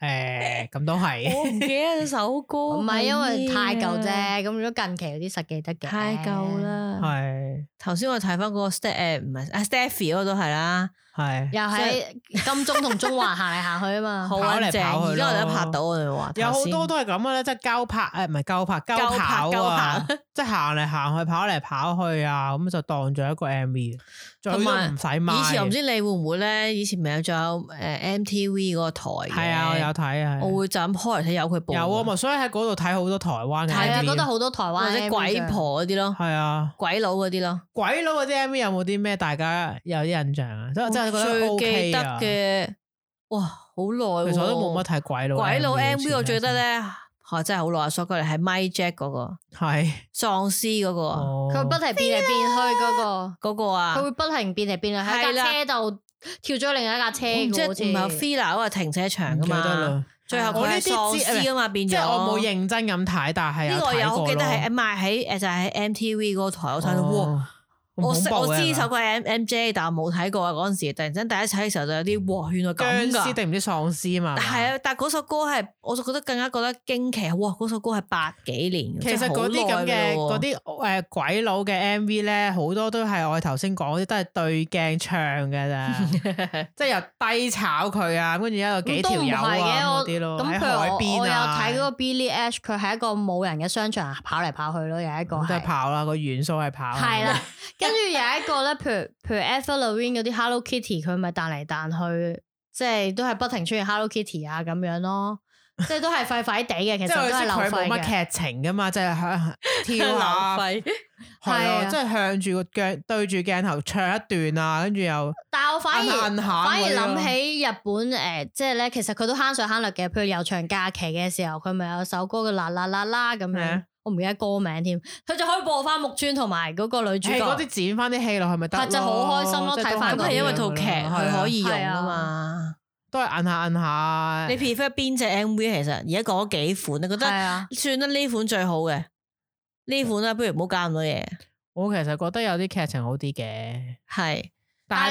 S3: 誒咁都係。
S4: 我唔記得首歌，啊
S2: 唔係因為太舊啫，，咁如果近期嗰啲實記得嘅。
S4: 太舊。啦。
S3: 係
S4: 頭先我睇翻嗰個 Ste 誒唔係啊 Stephy 嗰個都係啦，
S3: 係
S2: 又喺金鐘同中環行嚟行去啊 嘛，
S4: 好
S3: 跑嚟
S4: 撚正，
S3: 跑去
S4: 而家我哋都
S3: 咯
S4: 拍到我哋話
S3: 有好多
S4: 都
S3: 都係咁嘅咧，即係交拍誒，唔係交拍，
S4: 交
S3: 交
S4: 拍
S3: 跑
S4: 交
S3: 啊
S4: 拍，
S3: 即係行嚟行去，跑嚟跑去啊，咁就當咗一個 M V，最都
S4: 同埋
S3: 唔使買。
S4: 以前我唔知你會唔會咧，以前咪有仲有誒 MTV 嗰個台嘅
S3: 係啊，我有睇啊，
S4: 我會就咁開嚟睇有佢播，
S3: 有啊，咪所以喺嗰度睇好多台灣嘅
S2: 係啊，
S3: MV
S2: 嗰度好多台灣
S4: 或者
S2: MV
S4: 鬼
S2: 㗎。
S4: 婆嗰啲咯，
S3: 係啊，
S4: 鬼佬嗰啲咯，
S3: 鬼佬嗰啲 M V 有冇啲咩大家有啲印象啊？即係真係覺得
S4: 最
S3: O
S4: 記
S3: K
S4: 得
S3: 啊。
S4: 嘅，哇好耐
S3: 其
S4: 喎，
S3: 實我都冇乜睇鬼佬 MV 好似。
S4: 鬼佬 MV，我最
S3: 記
S4: 得咧，嚇真係好耐啊，所過嚟係 Mike Jack 嗰個。
S3: 係，哦
S4: 喪屍嗰個啊，
S3: 佢
S2: 佢會不停變嚟變去嗰個。
S4: 嗰個啊，
S2: 佢會不停變嚟變去喺
S4: 係啦
S2: 架車度跳咗另一架車
S4: 我唔
S2: 嘅，
S4: 知
S2: 好似
S4: 唔係 Fila 嗰個停車場
S3: 唔
S4: 噶
S3: 記得
S4: 嘛，
S3: 啦，
S4: 最後
S3: 我呢
S4: 佢係
S3: 啲
S4: 喪
S3: 知
S4: 屍啊嘛，變咗。
S3: 即係我冇認真咁睇，但係啊
S4: 呢個
S3: 睇
S4: 又好
S3: 過
S4: 記得
S3: 咯
S4: 係賣喺誒就係喺 MTV 嗰個台，我睇到哇！
S3: 哦咁
S4: 我
S3: 恐
S4: 識
S3: 怖
S4: 我
S3: 嘅
S4: 知
S3: 係
S4: 首
S3: 嘛
S4: 歌係 M J，但我冇睇過啊。嗰陣時突然間第一睇嘅時候就有啲哇，原來咁
S3: 僵屍
S4: 㗎。
S3: 定唔知喪屍嘛？
S4: 係啊，但嗰首歌係，我就覺得更加覺得驚奇。哇！嗰首歌係八幾年，
S3: 其實
S4: 實
S3: 嗰啲咁嘅嗰啲誒鬼佬嘅 MV 咧，好多都係我頭先講嗰啲都係對鏡唱嘅 咋，即係又低炒佢啊，跟住一路幾
S2: 咁都
S3: 條
S2: 唔
S3: 友
S2: 係嘅，
S3: 啊嗰
S2: 我
S3: 啲咯，
S2: 咁
S3: 喺
S2: 譬如
S3: 海
S2: 我我
S3: 邊
S2: 有
S3: 啊，
S2: 睇嗰個 Billy Ash，佢係一個冇人嘅商場跑嚟跑去咯，有一個
S3: 咁都係
S2: 係
S3: 跑啦，個元素係跑。
S2: 係啦，跟住有一個咧，譬如譬如 a v e l o w i n 嗰啲 Hello Kitty，佢咪彈嚟彈去，即係都係不停出現 Hello Kitty 啊咁樣咯，即係都係廢廢地嘅，其
S3: 即係
S2: 實都
S3: 佢
S2: 係
S3: 識
S2: 流
S3: 佢冇
S2: 費
S3: 乜 啊
S2: 嘅。
S3: 劇情噶嘛，即係向跳
S4: 浪
S3: 下，
S4: 費。
S3: 係
S2: 係
S3: 啊，
S2: 啊
S3: 即係向住個鏡對住鏡頭唱一段啊，跟住又啊
S2: 但我反而
S3: 摁下
S2: 反而
S3: 咁樣咯
S2: 諗起日本誒、呃即係咧，其實佢都慳水慳力嘅。譬如悠長假期嘅時候，佢咪有首歌叫啦啦啦啦咁
S3: 係啊
S2: 樣，我唔記得歌名添。佢就可以播翻木村同埋嗰個女主
S3: 係
S2: 角
S3: 嗰。啲剪翻啲戲落去咪得
S2: 係真係好開心咯
S3: 即係
S2: 睇返
S3: 都
S4: 咁係因為套劇佢可以用
S2: 係
S4: 啊
S2: 啊
S4: 嘛。
S3: 都係摁下摁下。
S4: 你 prefer 邊只 MV？其實而家講咗幾款，你覺
S2: 係
S4: 得
S2: 啊，
S4: 算得呢款最好嘅？呢款啦，不如唔好搞咁多嘢。
S3: 我其實覺得有啲劇情好啲嘅，
S4: 係
S2: 但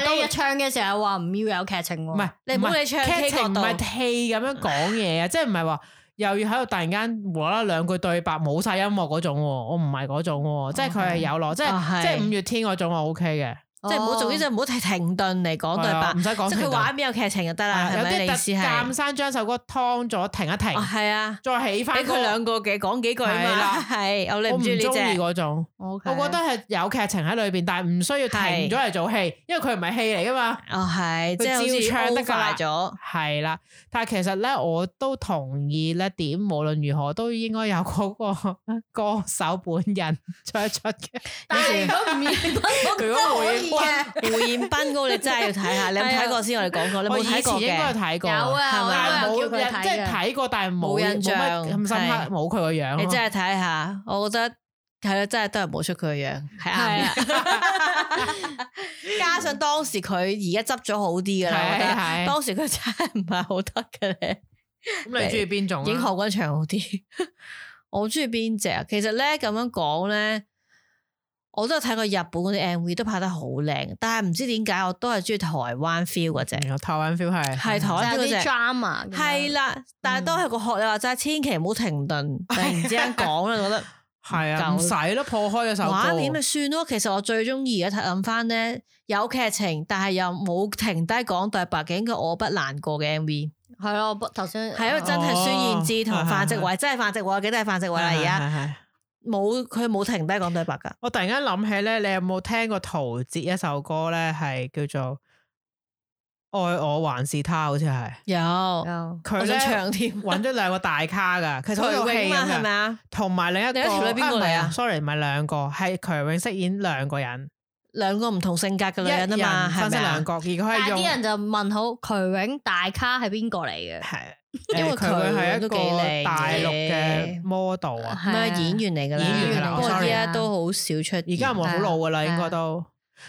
S3: 但係
S2: 係你一
S3: 都
S2: 唱嘅時候話唔要有劇情喎，
S3: 唔係
S4: 你唔好
S3: 唔係
S4: 你唱
S3: 劇
S4: K 角
S3: 情唔
S4: 度，
S3: 係戲咁樣講嘢啊，即係 唔係話又要喺度突然間無啦啦兩句對白冇晒音樂嗰種喎，我唔係嗰種喎，即係佢係有攞，即
S4: 啊
S3: 係
S4: 哦係
S3: 即係五月天嗰種我 OK 嘅，
S4: 即係唔好，總之
S2: 就
S4: 就唔好停停頓嚟講對
S3: 係啊
S4: 白
S3: 唔，使講
S4: 即
S3: 停
S4: 係佢
S3: 頓
S4: 畫面有劇情就得啦，
S3: 係
S4: 啊
S3: 啊
S4: 係
S3: 有
S4: 咪？你意思
S3: 啲特鑑
S4: 係？
S3: 生將首歌劏咗停一停，
S4: 哦係啊，
S3: 再起
S4: 俾
S3: 翻
S4: 佢兩個嘅講幾句啊
S3: 係
S4: 嘛
S3: 啦，
S4: 係我你
S3: 我唔
S4: 唔
S3: 中
S4: 中意
S3: 意
S4: 呢隻，
S3: 嗰種，
S2: 我
S3: 我覺得係有劇情喺裏邊，但係唔需要停咗嚟做戲，因為佢唔係戲嚟噶嘛。
S4: 哦係，即係好
S3: 佢
S4: 似
S3: 照唱得㗎啦
S4: over 咗，
S3: 係啦，但係其實咧，我都同意咧，點無論如何都應該有嗰個 歌手本人唱一出 嘅。
S2: 但係如果唔要，
S3: 如果
S2: 可
S3: 會
S2: 以
S3: 哇
S2: 嘅。
S4: 胡彥斌嗰個你真係要睇下，你有冇睇過先？我哋講過，你
S3: 啊我
S4: 冇
S3: 以
S4: 睇過
S3: 前應該
S4: 嘅
S3: 有。睇過，
S2: 有啊
S4: 我
S3: 但係
S2: 有
S3: 冇
S2: 叫佢睇嘅
S3: 即係睇過，但係冇
S4: 啊冇印象
S3: 冇乜咁深
S4: 係
S3: 刻，冇佢個樣咯。
S4: 你真係睇下，我覺得係啦，真係都係冇出佢嘅樣，係
S3: 啊
S4: 啱
S2: Dạ.
S4: 嘅。加上當時佢而家執咗好啲噶啦，我覺
S3: 係
S4: 得
S3: 係
S4: 當時佢真係唔係好得嘅咧，
S3: 咁你中意邊種啊？
S4: 影何君祥好啲。 我中意邊只啊？其實咧咁樣講咧，我都有睇過日本嗰啲 MV，都拍得好靚，但係唔知點解我都係中意台灣 feel 嗰只，
S3: 嗯台灣 feel 係
S4: 係台
S2: 就
S4: 灣 feel
S2: 係
S4: 嗰
S2: 啲
S4: 只。
S2: drama 咁樣
S3: 嗯
S4: 係啦，但係都係個學你話齋，千祈唔好停頓，突然之間講啦，覺得
S3: 係啊，唔
S4: 夠
S3: 使咯，破開嗰首
S4: 畫面
S3: 歌
S4: 咪。算咯。其實我最中意而家睇諗翻咧，有劇情但係又冇停低講對白嘅，應該我不難過嘅 M V，
S2: 係咯，不啊頭先
S4: 係因為真係
S3: 哦
S4: 孫燕姿同范植
S3: 係
S4: 偉，真係范植偉，我記得係范植偉啦。
S3: 係
S4: 而家
S3: 係係
S4: 冇佢冇停低講對白㗎，
S3: 我突然間諗起咧，你有冇聽過陶喆一首歌咧？係叫做《愛我還是他》，好似係
S4: 有
S3: 佢
S2: Dạ.
S4: 我
S3: 咧
S4: 想唱添，徐
S3: 揾咗兩個大咖 噶，其實好有戲
S4: 榮嘛係
S3: 咁
S4: 咪
S3: 噶。
S4: 啊？
S3: 同埋另一個
S4: 另一條女邊個嚟啊
S3: 唔係？sorry，唔係兩個，係徐榮飾演兩個人，
S4: 兩個唔同性格嘅女人啊嘛，
S3: 一
S4: 係
S3: 分
S4: 咪
S3: 飾
S4: 啊
S3: 兩？角，而佢
S2: 但
S3: 係
S2: 係
S3: 用
S2: 啲人就問好渠永大咖係邊個嚟嘅？
S3: 係，
S4: 因為
S3: 誒佢會係
S4: 佢
S3: 一
S4: 都
S3: 個
S4: 幾靚
S3: 大陸
S4: 嘅
S3: 嘅 model 啊。
S4: 唔係演員嚟㗎啦，
S3: 演員
S2: 嚟㗎
S4: 不過而
S2: sorry
S4: 家都好少出現。
S3: 啊而家冇好老噶啦，
S2: 係啊
S3: 應該都。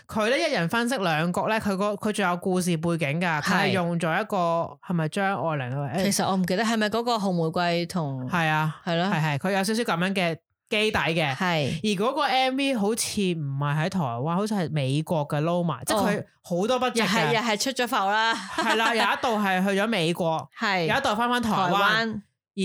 S3: 佢咧一人分析兩角咧，佢個佢仲有故事背景噶，佢係
S4: 係
S3: 用咗一個係咪張愛玲啊？
S4: 其實我唔記得係咪嗰個紅玫瑰同
S3: 係啊，
S4: 係
S3: 係
S4: 咯，
S3: 係，佢有少少咁樣嘅基底嘅。
S4: 係
S3: 而嗰個 MV 好似唔係喺台灣，好似係美國嘅撈埋，即係佢好多筆值
S4: 哦又係又
S3: 嘅。
S4: 係出咗埠啦，
S3: 係 啦，有一度係去咗美國，有
S4: 係
S3: 一度翻翻台
S4: 台
S3: 灣，
S4: 灣，
S3: 而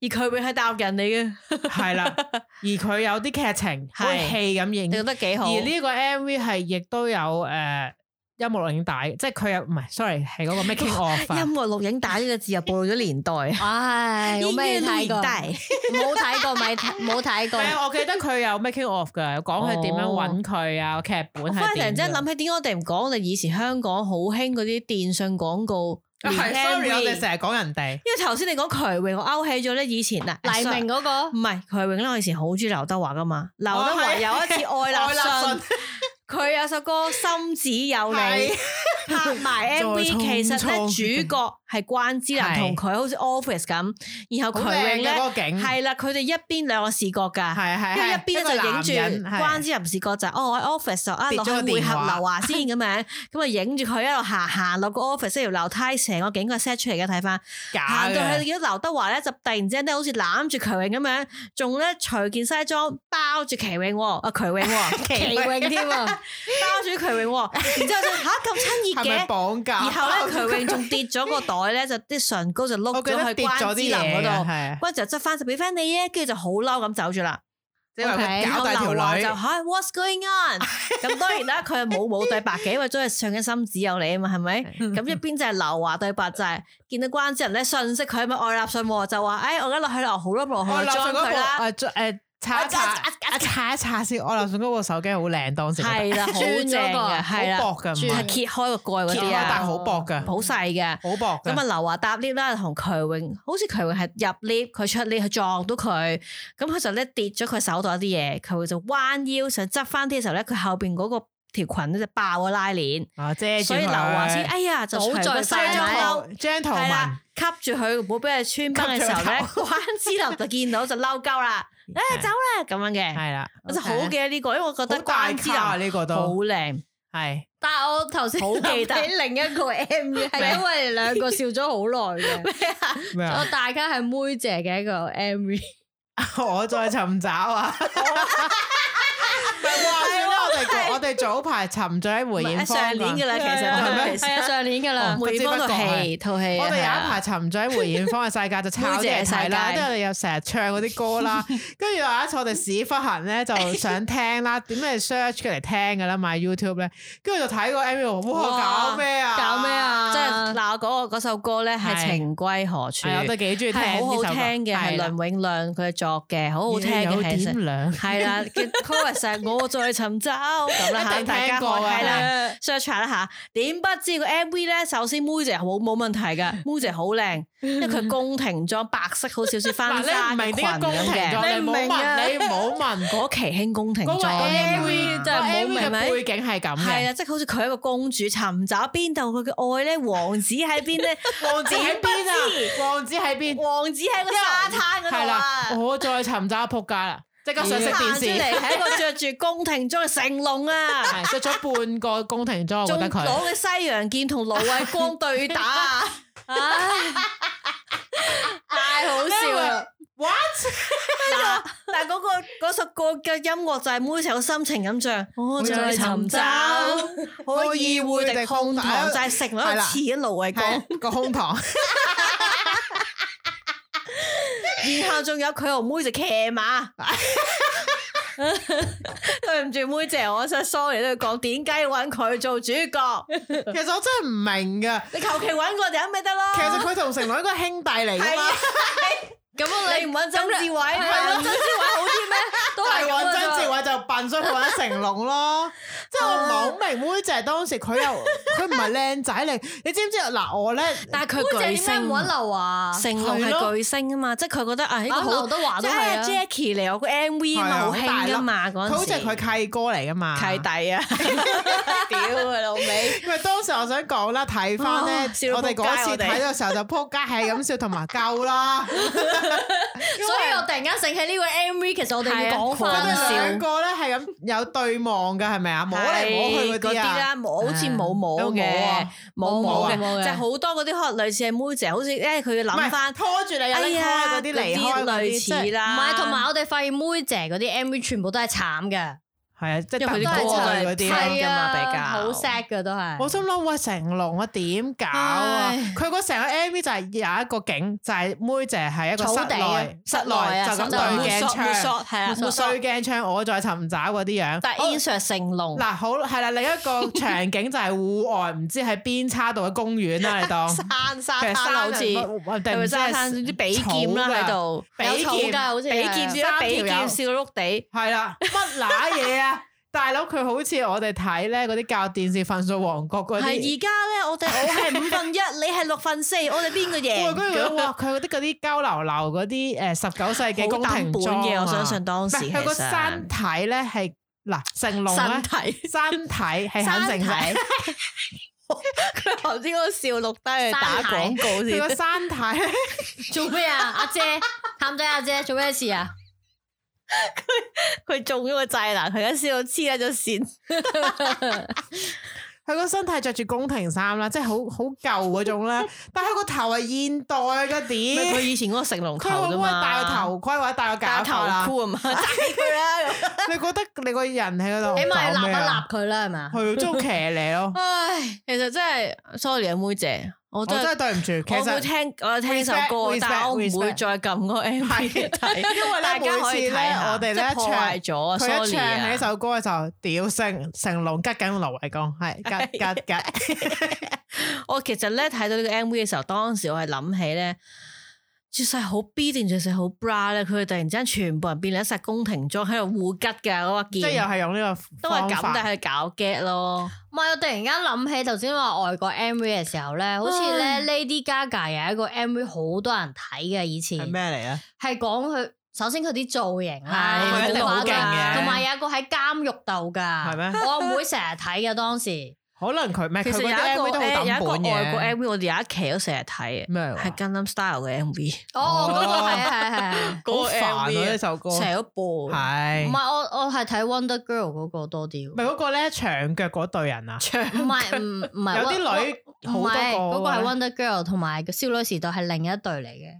S4: 而佢永係大陸人嚟嘅，
S3: 係啦，而佢有啲劇情好似
S4: 係
S3: 戲咁影
S4: 你覺得幾好？
S3: 而呢個 MV 係亦都有誒、呃音樂錄影帶，即係佢有唔係，sorry 係嗰 個 making
S4: 音
S3: of 啊
S4: 樂錄影帶呢個字又暴露咗年代，
S2: 唉，我未睇過，
S4: 帶
S2: 冇睇過，咪睇冇睇過
S3: 係。啊，我記得佢有 making of 嘅，有講佢點樣揾佢啊，劇本
S4: 哦我
S3: 係
S4: 忽然
S3: 點嘅。
S4: 間諗起點解我哋唔講我哋以前香港好興嗰啲電信廣告，
S3: 啊 係
S4: 連
S3: sorry，我
S4: MV
S3: 哋成日講人哋
S4: 因為頭先你講渠榮，我勾起咗咧以前嗱
S2: 黎明嗰個
S4: 唔係佢永啦，我以前好中意劉德華噶嘛。劉德華
S3: 哦係
S4: 有一次愛
S3: 愛立
S4: 立
S3: 信
S4: 信，佢有首歌《心只有你》，拍 埋
S3: 再
S4: MV，
S3: 匆匆
S4: 其
S3: 決
S4: 實咧
S3: 定
S4: 主角係關之琳
S3: 係
S4: 同佢好似 Office 咁，然後
S3: 好
S4: 佢
S3: 靚
S4: 永
S3: 嘅嗰個
S4: 咧
S3: 景，
S4: 係啦，佢哋一邊兩個視角㗎。
S3: 係係
S4: 因為一邊咧就影住關
S3: 之
S4: 之琳視角就係哦，我喺 office 就啊
S3: 跌
S4: 落
S3: 咗
S4: 去
S3: 個
S4: 匯
S3: 電
S4: 合
S3: 話
S4: 樓下先咁樣，咁啊影住佢一路行行落個 office 一條樓梯，成個景個 set 出嚟嘅睇翻。
S3: 假
S4: 行到去
S3: 嘅，
S4: 見到劉德華咧，就突然之間咧，好似攬住徐穎咁樣，仲咧除件西裝包住祁穎喎，啊渠穎 喎，
S3: 奇
S2: 奇
S3: 榮
S2: 榮添 啊！
S4: 包住渠穎喎，然之後就吓咁
S3: 係
S4: 親熱
S3: 咪
S4: 嘅，
S3: 綁架？
S4: 然後咧渠穎仲跌咗個袋咧，就啲唇膏就碌
S3: 我記
S4: 咗
S3: 得
S4: 去
S3: 跌
S4: 關
S3: 咗
S4: 之
S3: 啲
S4: 琳
S3: 嘢
S4: 嗰
S3: 㗎
S4: 度，
S3: 係啊，
S4: 關之琳執翻就俾翻你啊，跟住就好嬲咁走住啦。
S3: 即係話
S2: OK，
S3: 佢
S4: 然
S3: 搞
S4: 後
S3: 大條
S4: 劉華就
S3: 女
S4: 嚇。What's going on？咁當然啦，佢係冇冇對白嘅，因為都係唱緊心只有你啊嘛，係咪？咁一邊就係劉華對白就係見到關之琳咧，信息佢係咪愛立信喎，就話誒我而家落去落好多落
S3: 我
S4: 去
S3: 立信
S4: join
S3: 嗰
S4: 佢啦，
S3: 部誒誒查一查，啊查一查先。我立信嗰部手機好靚，當時覺得
S4: 係啦，好正嘅，係
S3: 好
S4: 啦，
S3: 薄㗎，唔
S4: 係
S3: 係
S4: 揭開個蓋嗰
S3: 揭
S4: 啲
S3: 開但係
S4: 啊，
S3: 好薄㗎，
S4: 好細嘅。
S3: 好薄㗎。
S4: 咁啊，劉華搭 lift 啦，同渠永，好似渠永係入 lift，佢出 lift，佢撞到佢，咁佢就咧跌咗佢手袋啲嘢，佢就彎腰想執翻啲嘅時候咧，佢後邊嗰個條裙咧就爆咗拉鏈，
S3: 啊遮住
S4: 所以劉華先，哎呀，就除
S2: 倒在
S4: 咗晒
S2: 晒米
S4: 咗褸。係
S3: gentleman
S4: 啦，吸住佢，唔好俾佢穿崩嘅時候咧，關之琳就見到就嬲鳩啦，誒走啦咁樣嘅，
S3: 係啦，
S4: 我就好記得呢個，因為我覺
S3: 好
S4: 得
S3: 大
S4: 關之
S3: 卡啊
S4: 琳
S3: 呢個
S4: 好
S3: 都
S4: 靚，
S3: 係
S2: 但係我頭先
S4: 好記得
S2: 諗起另一個 M V，係因為你兩個笑咗好耐嘅。
S3: 咩
S2: 我
S3: 啊？
S2: 大家係妹姐嘅一個 M V，
S3: 我再尋找 啊！唔係話說
S4: 啊
S3: 啦，我哋講我哋早排沉醉喺梅艷芳
S4: 上年嘅
S3: 啦，
S4: 啦，其實
S3: 啊係
S4: 我
S3: 咩
S4: 哋
S2: 係啊上年噶啦
S3: 哦，
S4: 梅艷芳套戲，套戲，啊
S3: 我哋有一排沉醉喺梅艷芳嘅世界，就 抄啲嘢睇啦，
S4: 妹
S3: 即係我哋
S4: 姐世界
S3: 又成日唱嗰啲歌 啦。跟住有一次我哋屎忽痕咧，就想聽啦，點解 search 佢嚟聽噶啦，買 YouTube 咧，跟住就睇個 MV，哇
S4: 哇
S3: 搞咩啊？
S2: 搞咩？啊？
S4: 即係嗱，我嗰個嗰首歌咧係
S3: 係
S4: 《情歸何處
S3: 係啊我》，都幾中意聽
S4: 係
S3: 呢
S4: 好
S3: 首
S4: 好
S3: 歌
S4: 聽嘅，係
S3: 係啦
S4: 梁永亮佢作嘅，好好聽
S3: 有
S4: 嘅其實
S3: 點涼。
S4: 係啦，嘅 chorus 係我在尋找咁 啦
S3: 一
S4: 嚇，
S3: 定
S4: 大家
S3: 聽
S4: 可
S3: 過啊
S4: 係啦。
S2: 係
S4: search 下啦吓，點不知個 MV 咧，首先妹姐冇冇問題噶，妹姐好靚，因為佢宮廷裝白色，好 少少
S3: 嗱，
S4: 婚紗
S3: 你唔
S4: 嘅
S3: 明
S4: 裙
S3: 點解宮廷裝？
S4: 咁嘅。
S3: 你
S2: 你
S3: 唔
S2: 唔
S3: 好
S2: 明啊
S3: 問，你唔好問。
S4: 嗰期興 宮廷
S3: 嗰個
S4: 裝啊嘛
S3: MV 真係
S2: 係
S3: 冇
S2: 冇明
S3: 明背景係咁
S4: 係
S3: 嘅，
S4: 啦，即係好似佢一個公主尋找邊度佢嘅愛咧，王子喺邊咧，
S3: 王子喺邊啊
S4: 點不？
S3: 王子喺邊？
S4: 王子喺個沙灘嗰
S3: 係
S4: 度
S3: 啦
S4: 啊，，
S3: 我再尋找仆街啦，即刻想
S4: 行
S3: 食電
S4: 出
S3: 視，
S4: 嚟係一個着住宮廷裝嘅成龍啊，
S3: 係着咗半個宮廷裝，我覺
S4: 仲
S3: 得佢
S4: 攞嘅西洋劍同盧偉光對打啊！
S2: 太好笑啦！
S3: what
S4: 嗱，但係嗰個嗰首歌嘅音樂就係妹仔有心情咁唱，我在尋找可以會的胸膛，就係成咗個刺嘅蘆葦光，
S3: 個胸膛，
S4: 然後仲有佢同妹就騎馬。 對唔住，妹姐，我真係 sorry 都要講，點解要揾佢做主角？
S3: 其實我真係唔明噶。
S4: 你求其揾個人咪得咯。
S3: 其實佢同成女一個兄弟嚟噶
S4: 係
S3: 嘛
S4: 啊，
S2: 咁我
S4: 你唔揾曾志偉， 係啊咯，曾志偉好啲咩？
S2: 都
S3: 但
S2: 係
S3: 係
S2: 咁
S3: 揾
S2: 嘅
S3: 曾志
S2: 啫。
S3: 偉就笨，所以佢揾成龍 咯。即係我唔係好明妹姐當時佢又佢唔係靚仔嚟，你知唔知？嗱，我咧
S4: 但係
S2: 妹
S4: 佢巨
S2: 姐點解唔
S4: 星，
S2: 揾劉華？
S4: 成龍
S3: 係咯
S4: 係巨星啊嘛，即係佢覺得啊，呢個
S2: 啊，劉
S4: 好。
S2: 德華
S4: 即
S2: 都係
S4: 係
S2: 啊。
S4: Jackie 嚟我個 MV
S3: 係
S4: 嘛，
S3: 啊
S4: 好
S3: 好大
S4: 興
S3: 粒
S4: 噶嘛嗰
S3: 佢
S4: 陣時。
S3: 好似係佢契哥嚟噶嘛，
S4: 契弟啊！ 屌佢老味，
S3: 因為當時我想講啦，睇翻
S4: 啊笑
S3: 咧，
S4: 到
S3: 我哋嗰次
S4: 仆街
S3: 睇嘅時候就撲街係咁笑，同埋夠 啦。
S2: 所以我突然間醒起呢個 MV，其實我哋要講
S4: 係
S2: 翻
S4: 啊
S2: 啦
S4: 狂笑
S3: 兩個咧係咁有對望嘅係咪啊？摸嚟摸去
S4: 係
S3: 嗰
S4: 啲
S3: 啲啊，
S4: 啦，冇好似冇摸
S3: 有冇
S4: 嘅
S3: 啊，
S4: 冇摸嘅，
S2: 冇冇嘅
S4: 就係好多嗰啲可能類似係妹姐，好似誒佢要
S3: 唔係
S4: 諗翻，
S3: 拖住你有
S4: 哎
S3: 拎開
S4: 呀
S3: 嗰啲離開嗰
S4: 類
S3: 啲，即
S4: 似
S3: 係
S2: 唔
S4: 啦，
S2: 係，同埋我哋發現妹姐嗰啲 MV 全部都係慘嘅，
S3: 係啊，即係
S4: 因為佢啲
S3: 特
S4: 歌
S3: 別
S4: 都係
S3: 嗰啲啊
S4: 慘
S2: 係
S4: 㗎嘛比較
S2: 啊，好 sad 嘅都係。
S3: 我心諗喂成龍啊點搞啊
S2: 唉？
S3: 佢嗰成個 MV 就係有一個景，就係妹姐係一個室
S2: 草地啊
S3: 內，
S4: 室內啊，
S3: 就咁
S2: 室內
S3: 對鏡
S4: shot
S3: 唱，
S4: 係啊，
S3: 對
S4: shot
S3: 鏡唱我在尋找嗰啲樣。
S4: 但係 insert 成龍，
S3: 嗱好係啦，另一個場景就係户外，唔知喺邊叉度嘅公園啦，你當。
S4: 山 沙
S3: 其實
S4: 灘
S3: 山
S4: 好似
S3: 啊唔係
S4: 係
S3: 定
S4: 咪
S3: 唔
S4: 山
S3: 知
S4: 灘，總之比
S3: 草
S4: 劍啦
S3: 㗎
S4: 喺度，
S2: 有
S3: 比
S2: 草
S3: 劍
S2: 㗎，好似
S4: 比
S2: 係
S4: 劍
S3: 少
S4: 點
S3: 三
S4: 解比
S3: 條友
S4: 劍笑到碌地？
S3: 係啦，乜乸嘢啊？大佬佢好似我哋睇咧嗰啲教電視瞓睡王國嗰
S4: 係
S3: 啲。
S4: 而家咧，我哋我係五分一，你係六分四，我哋邊個
S3: 喂，
S4: 贏？
S3: 跟住哇！佢嗰啲嗰啲交流流嗰啲誒十九世紀
S4: 好
S3: 宮
S4: 抌
S3: 廷
S4: 本
S3: 裝
S4: 嘅，
S3: 啊
S4: 我相信當
S3: 唔
S4: 時
S3: 係佢個身體咧係嗱成 龍咧
S4: 身體。
S3: 身體係肯
S4: 身
S3: 定
S4: 體
S3: 係，
S4: 佢頭先嗰個笑錄低去打
S2: 打
S4: 廣
S2: 廣
S4: 告
S3: 佢個
S4: 先，
S3: 身體呢
S2: 做咩啊？阿姐，探仔阿姐做咩事啊？
S4: 佢中咗個掣啦，佢而家笑到黐咗 線。
S3: 佢個身體着住宮廷衫啦，即係好好舊嗰 種啦。但係佢個頭係現代嘅
S4: 佢
S3: 點？
S4: 以前嗰個成龍
S3: 佢
S4: 球
S3: 會
S4: 㗎
S3: 唔會
S4: 嘛，
S3: 戴個頭盔或者戴個
S4: 戴
S3: 假
S4: 頭
S3: 髮啦？
S4: 箍啊嘛，打佢啦。
S3: 你覺得你個人喺 嗰度
S2: 起碼
S3: 搞
S2: 立一
S3: 咩啊？
S2: 立佢啦，係嘛？
S3: 係啊真係好騎呢咯。
S4: 唉，其實真係 sorry 啊，妹姐， 我
S3: 我
S4: 真
S3: 真係
S4: 係。
S3: 對唔住，其
S4: 我會
S3: 實
S4: 聽我有聽首
S3: respect，
S4: 歌，但係我唔會
S3: respect，respect
S4: 再撳個 M V 嚟睇，因
S3: 為咧
S4: 大家可以
S3: 每
S4: 睇下，
S3: 次咧我哋咧
S4: 即係破壞咗啊
S3: 佢一
S4: ，sorry
S3: 唱
S4: 啊
S3: 起，首歌嘅時候，屌成成龍吉緊劉偉光， 係吉吉吉，
S4: 我其實咧睇到呢個 M V 嘅時候，當時我係諗起咧，着晒好 B 定着晒好 bra 咧，佢哋突然之間全部人變咗晒宮廷裝喺度互吉㗎嗰個
S3: 即係又
S4: 件，
S3: 係用呢個
S4: 都係
S3: 方
S4: 咁，但
S3: 法。
S4: 係搞 get 咯，
S2: 唔係，我突然間諗起頭先話外國 MV 嘅時候咧，好似咧 Lady Gaga 有一個 MV 好多人睇嘅，以前
S3: 係咩嚟啊？
S2: 係講佢首先佢啲造型啦，
S4: 係
S2: 好
S4: 佢一定好
S2: 誇
S4: 勁
S2: 張
S4: 嘅
S2: 同埋有一個喺監獄度㗎，
S3: 係咩
S2: 我妹成日睇嘅當時，
S3: 可能佢咩？
S4: 其實
S3: 佢
S4: 有
S3: 嗰啲 MV
S4: 一個
S3: 都好
S4: 有一個
S3: 抌本
S4: 外國
S3: 嘅。
S4: M V，我哋有一期都成日睇嘅，
S3: 咩話
S4: 係 Gangnam Style 嘅 M V，
S2: 哦，嗰 個
S3: 哦
S2: 係係係係。
S3: 好煩啊！呢首歌
S4: 成日都播，
S2: 唔
S3: 係
S2: 係我我係睇 Wonder Girl 嗰個多啲
S3: 咪
S2: 喎，
S3: 嗰個咧長腳嗰對人啊？
S2: 唔係唔唔係
S3: 有啲女
S2: 唔
S3: 好多個啊
S2: 係嗰個係
S3: 嘅咧
S2: Wonder Girl 同埋個少女時代係另一對嚟嘅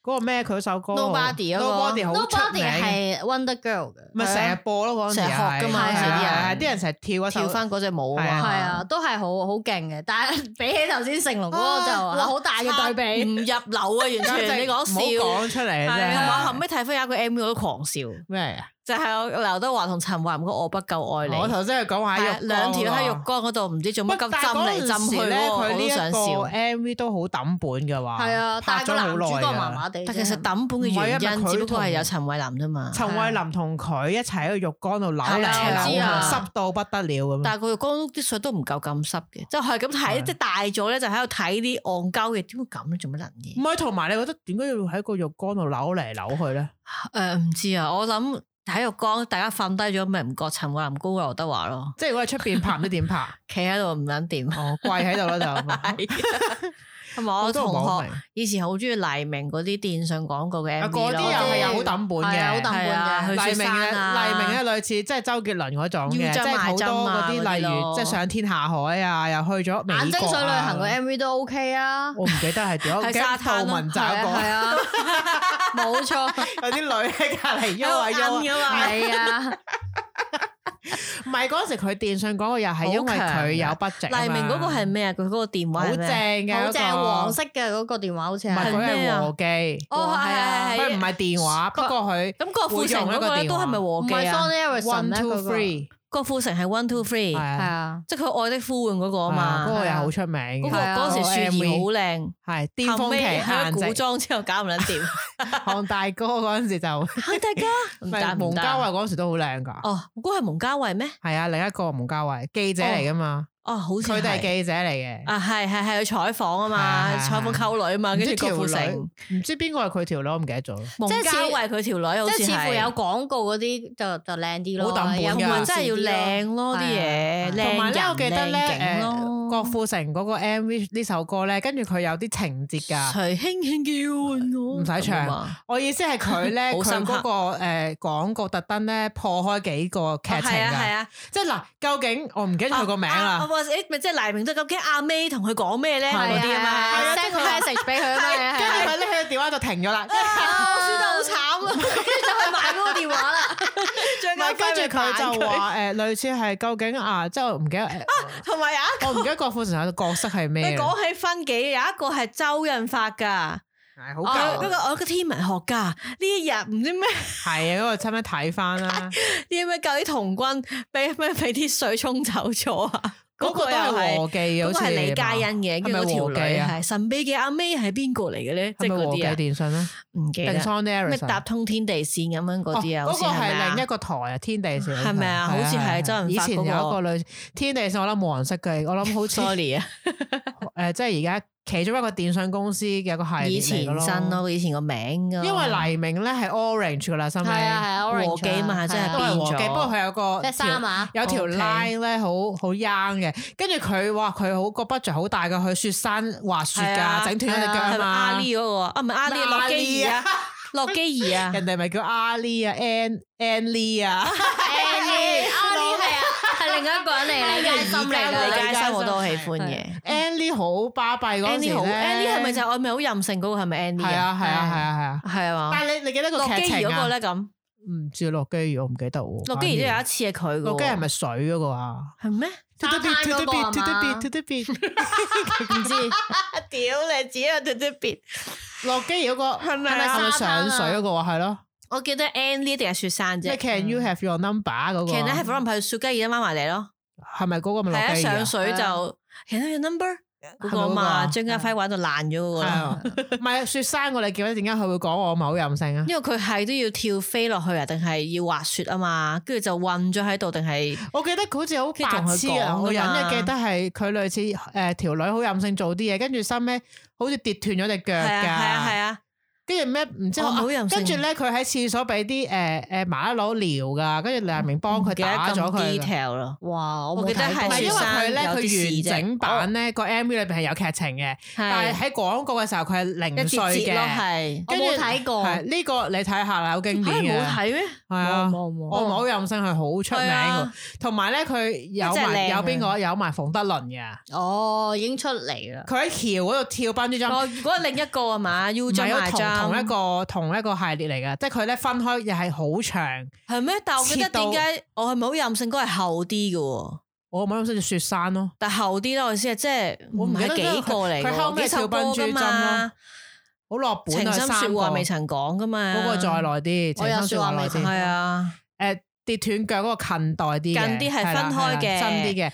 S3: 嗰個咩？佢嗰首歌啊
S4: Nobody 啊嗰個
S3: Nobody 好出
S2: ，Nobody
S3: 名，
S2: 係 Wonder Girl 嘅，啊
S3: 咪成日播咯嗰陣時
S4: 成日學
S3: 係
S4: 㗎嘛
S3: 係
S2: 有時啲人
S3: 啊係啊啲人成日跳一首
S4: 跳翻嗰隻舞
S3: 係
S4: 啊
S3: 啊
S2: 係
S4: 嘛，
S2: 啊，都係好好勁嘅，但係 比起頭先成龍嗰個就
S4: 啊哇
S2: 好大嘅對
S4: 唔
S2: 比。
S4: 入流啊，完 全你講
S3: 唔
S4: 笑
S3: 好。講出嚟
S4: 係
S3: 啫。
S4: 啊，我後尾睇翻有一個 MV 我都狂笑，
S3: 咩啊？
S4: 就係我劉德華同陳慧琳嗰個我不夠愛你，
S3: 我頭先係講話喺
S4: 係啊
S3: 浴
S4: 兩條喺浴
S3: 缸
S4: 缸嗰度唔知做
S3: 喎。
S4: 乜咁啊
S3: 但係
S4: 針嚟針去
S3: 嗰陣時
S4: 咧，
S3: 咧，
S4: 我
S3: 佢呢
S4: 都想
S3: 一個啊
S4: 笑。
S3: MV 都好抌本嘅話，
S2: 係啊，但
S3: 拍
S2: 係個
S3: 咗
S2: 男
S3: 好
S2: 主角麻
S3: 耐
S2: 麻
S3: 啊。
S2: 地啫。
S4: 但其實抌本嘅原
S3: 唔係因為啊
S4: 因，
S3: 佢
S4: 只不過係
S3: 同
S4: 有陳慧琳啫嘛。
S3: 陳慧琳同佢一齊喺個浴缸度扭嚟
S4: 係啦
S3: 扭去，
S2: 我知啊
S3: 濕到不得了咁樣。
S4: 但係個浴缸啲水都唔夠咁濕嘅，即係咁睇，
S3: 係
S4: 即係大咗咧就喺度睇啲戇鳩嘅，點會咁咧？做乜撚
S3: 唔
S4: 嘢？
S3: 係，同埋你覺得點解要喺個浴缸度扭嚟扭去咧？
S4: 誒唔知啊，我諗喺浴缸大家瞓低咗，咪唔覺陳慧琳高過劉德華咯，
S3: 即係如果喺出邊拍唔知點拍，
S4: 企喺度唔 撚掂。啊
S3: 哦，跪喺度啦就。
S4: 同埋我
S3: 都唔係
S4: 同
S3: 好
S4: 學
S3: 明
S4: 以前好中意黎明嗰啲電信廣告嘅
S3: 啊
S4: MV
S3: 嗰啲又係有好抌本
S2: 係啊好
S3: 嘅
S2: 抌。
S4: 係啊，
S2: 去
S4: 去
S3: 黎
S4: 雪
S3: 明
S4: 山
S3: 嘅
S4: 啊，
S3: 黎明咧類似即係周杰倫嗰種
S4: 腰
S3: 嘅，即
S4: 針
S3: 係好
S4: 埋
S3: 多
S4: 針
S3: 嗰
S4: 啊
S3: 啲，
S4: 嗰啲
S3: 例
S4: 咯
S3: 如即係上天下海啊，又去咗美國啊
S2: 眼睛水旅行個 M V 都 OK 啊，
S3: 我唔記得 係點，我
S4: 喺
S3: 記得
S4: 沙灘咯
S3: 杜汶澤
S2: 係
S3: 嗰
S2: 啊係
S3: 個
S2: 啊， 冇錯，
S3: 有啲女喺隔離喐啊
S4: 喺度摁
S3: 喐啊，
S4: 㗎嘛。
S2: 係啊，
S3: 唔唔係嗰陣時佢電信嗰個又係因為佢有 budget 啊嘛
S4: 黎明嗰個係咩啊？佢嗰個電話
S3: 好
S4: 係
S3: 正
S4: 咩？
S3: 嘅，
S2: 好
S3: 嗰
S2: 正
S3: 個
S2: 黃色嘅嗰個電話好似
S3: 唔係
S2: 係
S3: 佢
S4: 咩啊
S3: 係和記，
S4: 哦，係係係
S3: 佢唔係電話，不過佢
S4: 咁個富城嗰個咧都係咪
S2: 唔
S4: 和記
S2: 係 Sony
S4: 啊？
S2: Ericsson
S3: one
S2: 咩？
S3: two
S2: 嗰個
S3: three
S4: 個富城係 One Two
S3: 係
S4: Three，
S2: 係
S3: 啊
S2: 啊，
S4: 即係佢愛的呼喚嗰個啊
S3: 嗰
S4: 嘛。
S3: 個又好出名
S4: 嗰
S3: 嘅
S4: 個
S2: 係啊
S4: 嗰時雪兒好靚，
S3: 係巔
S4: 後
S3: 峰期
S4: 尾喺
S3: 顏
S4: 古
S3: 值，
S4: 裝之後搞唔撚掂。
S3: 韓大哥嗰陣時就
S4: 嚇大家 唔
S3: 咪
S4: 得
S3: 蒙嘉慧
S4: 慧
S3: 嗰陣時都好靚㗎，
S4: 哦，嗰個係蒙嘉慧咩？
S3: 係啊，另一個蒙嘉慧記者嚟㗎嘛，
S4: 哦，好似
S3: 佢哋係
S4: 係
S3: 記者嚟嘅。
S4: 啊，係係係去採訪啊
S3: 係
S4: 嘛，
S3: 啊係啊
S4: 採訪溝女啊嘛，
S3: 唔
S4: 跟
S3: 知
S4: 住
S3: 條
S4: 郭富城
S3: 女。，唔知邊個係佢條女，我唔記得咗。
S4: 蒙
S2: 係似
S4: 嘉慧佢條女好似
S2: 即係似乎有
S4: 係，
S2: 廣告嗰啲就就靚啲咯，啊
S3: 好抌本
S2: 有
S3: 㗎
S4: 同
S2: 故事
S4: 埋真係要
S2: 啲咯
S4: 靚咯啲嘢，
S3: 同埋
S4: 靚
S3: 咧，我記得
S4: 人
S3: 咧，
S4: 靚景
S3: 誒
S4: 咯。
S3: 郭富城嗰個 MV 呢首歌咧，跟住佢有啲情節㗎。
S4: 徐輕輕叫我，
S3: 啊唔使唱
S4: 咁啊
S3: 我意思係佢咧，
S4: 好
S3: 佢
S4: 深刻
S3: 嗰個誒廣告特登咧破開幾個劇情
S4: 係啊係
S3: 㗎，
S4: 啊，
S3: 即係嗱，究竟我唔記得咗佢個名
S4: 啊啊
S3: 啦。
S4: 或者咪即係黎明都究竟阿 May 同佢講咩咧
S2: 係
S4: 嗰啲啊嘛，
S2: 係 send 個 message 俾佢啊嘛，
S3: 跟
S2: 係
S3: 住
S2: 係
S3: 佢拎起個電話就停咗啦，
S2: 我輸得好慘 啊，跟住就去買嗰個電話啦。
S4: 最
S3: 唔係啊跟住佢就話誒類似係究竟啊，即係我唔記得誒，
S4: 同埋有一
S3: 我唔記得郭富城有個角色係
S4: 你
S3: 咩啦，
S4: 講起分幾，有一個係周潤發㗎，
S3: 係好啊
S4: 佢嗰
S3: 舊，
S4: 個我有個天文學家呢一日唔知咩
S3: 係啊，嗰個差唔多睇翻啦，
S4: 啲咩救啲童軍俾咩俾啲水沖走咗啊！
S3: 嗰個都
S4: 又
S3: 係和記嘅，
S4: 嗰
S3: 好
S4: 個
S3: 似
S4: 係李嘉欣嘅，跟
S3: 係咪
S4: 住條
S3: 和
S4: 女
S3: 記啊？
S4: 係神秘嘅阿 May 係邊個嚟嘅咧？
S3: 係
S4: 即
S3: 咪
S4: 係嗰
S3: 和記
S4: 啲啊，
S3: 電信咧？
S4: 唔記
S3: 定
S4: 得
S3: Sony
S4: 咩
S3: Ericsson？
S4: 搭通天地線咁樣嗰啲啊，
S3: 哦
S4: 好
S3: 嗰
S4: 似
S3: 個
S4: 係咪啊
S3: 係另一個台啊，天地線
S4: 係咪啊
S3: 係
S4: 好似係
S3: 係
S4: 周潤
S3: 以
S4: 發
S3: 前有
S4: 嗰
S3: 一
S4: 個
S3: 個類似天地線，我諗冇人識嘅，我諗好似
S4: sorry 啊，
S3: 誒，即係而家其中一個電信公司嘅一個系列
S4: 以
S3: 嚟
S4: 前
S3: 㗎
S4: 新，咯，以前個名噶，
S3: 啊因為黎明咧係 Orange 噶啦，收尾
S2: 係啊係啊
S4: 和
S2: ，orange
S4: 記嘛
S2: 啊
S4: 真係
S2: 係啊
S3: 都係和記，
S4: 變咗
S3: 不過佢有個
S2: 即係
S3: 條
S2: 衫啊，
S3: 有條
S4: OK
S3: line 咧，好好 young 嘅，跟住佢哇，佢好個 budget 好大㗎，去雪山滑雪
S4: 係啊
S3: 㗎，整斷咗隻腳啊
S4: 係咪阿
S3: 嘛，
S4: Lee 嗰個啊？啊唔係阿 Lee，洛基兒啊，洛基兒啊，
S3: 人哋咪叫阿 Lee 啊，An An Lee 啊。
S2: Annie，Annie 係啊，係另一個人嚟，李佳芯嚟
S3: 啊
S4: 李
S2: 㗎。
S4: 佳
S3: 嘉
S4: 芯
S3: 欣
S4: 我都好喜歡嘅。
S3: Annie 好巴閉嗰陣時
S4: Annie 好，Annie 係咪就
S3: 係
S4: 係愛咪好任性嗰個係咪 Annie
S3: 啊係啊係啊係啊！
S4: 係啊嘛。
S3: 但係你你記得個
S4: 洛
S3: 劇
S4: 基兒
S3: 情
S4: 嗰個
S3: 啊？
S4: 咧咁，
S3: 唔知洛基兒我唔記得喎。
S4: 洛基兒都
S3: 反
S4: 有一
S3: 而
S4: 次係佢嘅喎。
S3: 洛基係咪水嗰個啊？
S4: 係咩？
S2: 沙灘嗰個啊嘛
S3: To the beat, to the beat, to the beat, to the
S2: 唔知
S4: 屌你，只有特特別。
S3: beat 洛基兒嗰個係
S4: 咪
S3: 咪
S4: 啊
S3: 係咪
S2: 沙灘啊
S3: 上水嗰個啊？係咯，
S4: 我記得 Annie 一定係雪山
S3: 即
S4: 啫
S3: 係。Can you have your number 嗰個
S4: Can 咧係可
S3: 啊？
S4: 能係雪雞兒媽埋嚟咯，
S3: 係咪嗰個咪
S4: 係
S3: 洛
S4: 啊
S3: 基兒
S4: 上
S3: 啊？
S4: 水就 Can I have your number 嗰個
S3: 係咪嗰個
S4: 嘛，
S3: 啊
S4: 張家輝玩到爛咗嗰個
S3: 係
S4: 啦。
S3: 啊唔係雪山我哋記得點解佢會講我唔係好任性啊？
S4: 因為佢係都要跳飛落去啊，定係要滑雪啊嘛，跟住就暈咗喺度，定係
S3: 我記得佢好似好
S4: 跟住
S3: 白痴
S4: 同佢
S3: 啊！
S4: 講㗎
S3: 我隱
S4: 嘛
S3: 約記得係佢類似誒條女好任性做啲嘢，跟住收尾好似跌斷咗隻腳
S4: 係啊係啊係
S3: 㗎，
S4: 啊，
S3: 跟住咩唔知
S4: 哦
S3: 啊
S4: 好任性
S3: 跟住咧佢喺廁所俾啲誒誒麻甩佬撩㗎，跟住梁明幫
S4: 唔
S3: 佢
S4: 記得
S3: 打
S4: 咁
S3: 咗佢㗎。
S4: detail 咯，
S2: 哇，我
S4: 我記得係
S3: 唔係因為佢咧，
S4: 有啲事
S3: 佢
S4: 啫
S3: 完整版
S4: 哦
S3: 咧個 MV 裏邊係有劇情嘅，但係喺廣告嘅時候佢係
S4: 一
S3: 零碎
S4: 節節咯，
S3: 嘅。
S4: 係
S2: 我
S3: 跟住
S2: 冇睇過，
S3: 係呢個你睇下啦，好經
S4: 嚇
S3: 典
S4: 哦你冇
S3: 嘅。
S4: 睇咩？
S3: 係啊，
S2: 冇冇冇
S3: 我唔好任性係好出名
S4: 係
S3: 㗎
S4: 啊，
S3: 同埋咧佢有
S4: 真係
S3: 埋
S4: 靚
S3: 有
S4: 啊
S3: 邊個有埋馮德倫嘅。
S2: 哦，已經出嚟啦。
S3: 佢喺橋嗰度跳班珠針，
S4: 我如果另一個係嘛，U
S3: 唔
S4: 張
S3: 係
S4: 哦埋
S3: 同
S4: 張
S3: 同一個同一個系列嚟嘅，即係佢咧分開又係好長。
S4: 係咩？但我記得
S3: 切到
S4: 點解我係咪好任性嗰個係厚啲嘅喎？
S3: 我冇諗住雪山咯，
S4: 但厚啲咯，我意思係即係
S3: 我
S4: 唔
S3: 唔記
S4: 係
S3: 得
S4: 幾個嚟嘅
S3: 佢後
S4: 喎，
S3: 尾
S4: 幾首
S3: 跳
S4: 歌
S3: 笨
S4: 㗎
S3: 豬針
S4: 嘛
S3: 咯，好落本
S4: 情
S3: 啊，
S4: 深
S3: 三
S4: 説話
S3: 個
S4: 未曾講㗎嘛，
S3: 嗰個再耐啲，
S2: 我
S3: 情
S2: 有
S3: 深説話耐
S2: 說話未曾
S3: 啲。
S4: 係啊。
S3: 誒跌斷腳嗰個近代啲嘅，
S4: 近啲係分
S3: 啦
S4: 開嘅
S3: 係啦真啲嘅。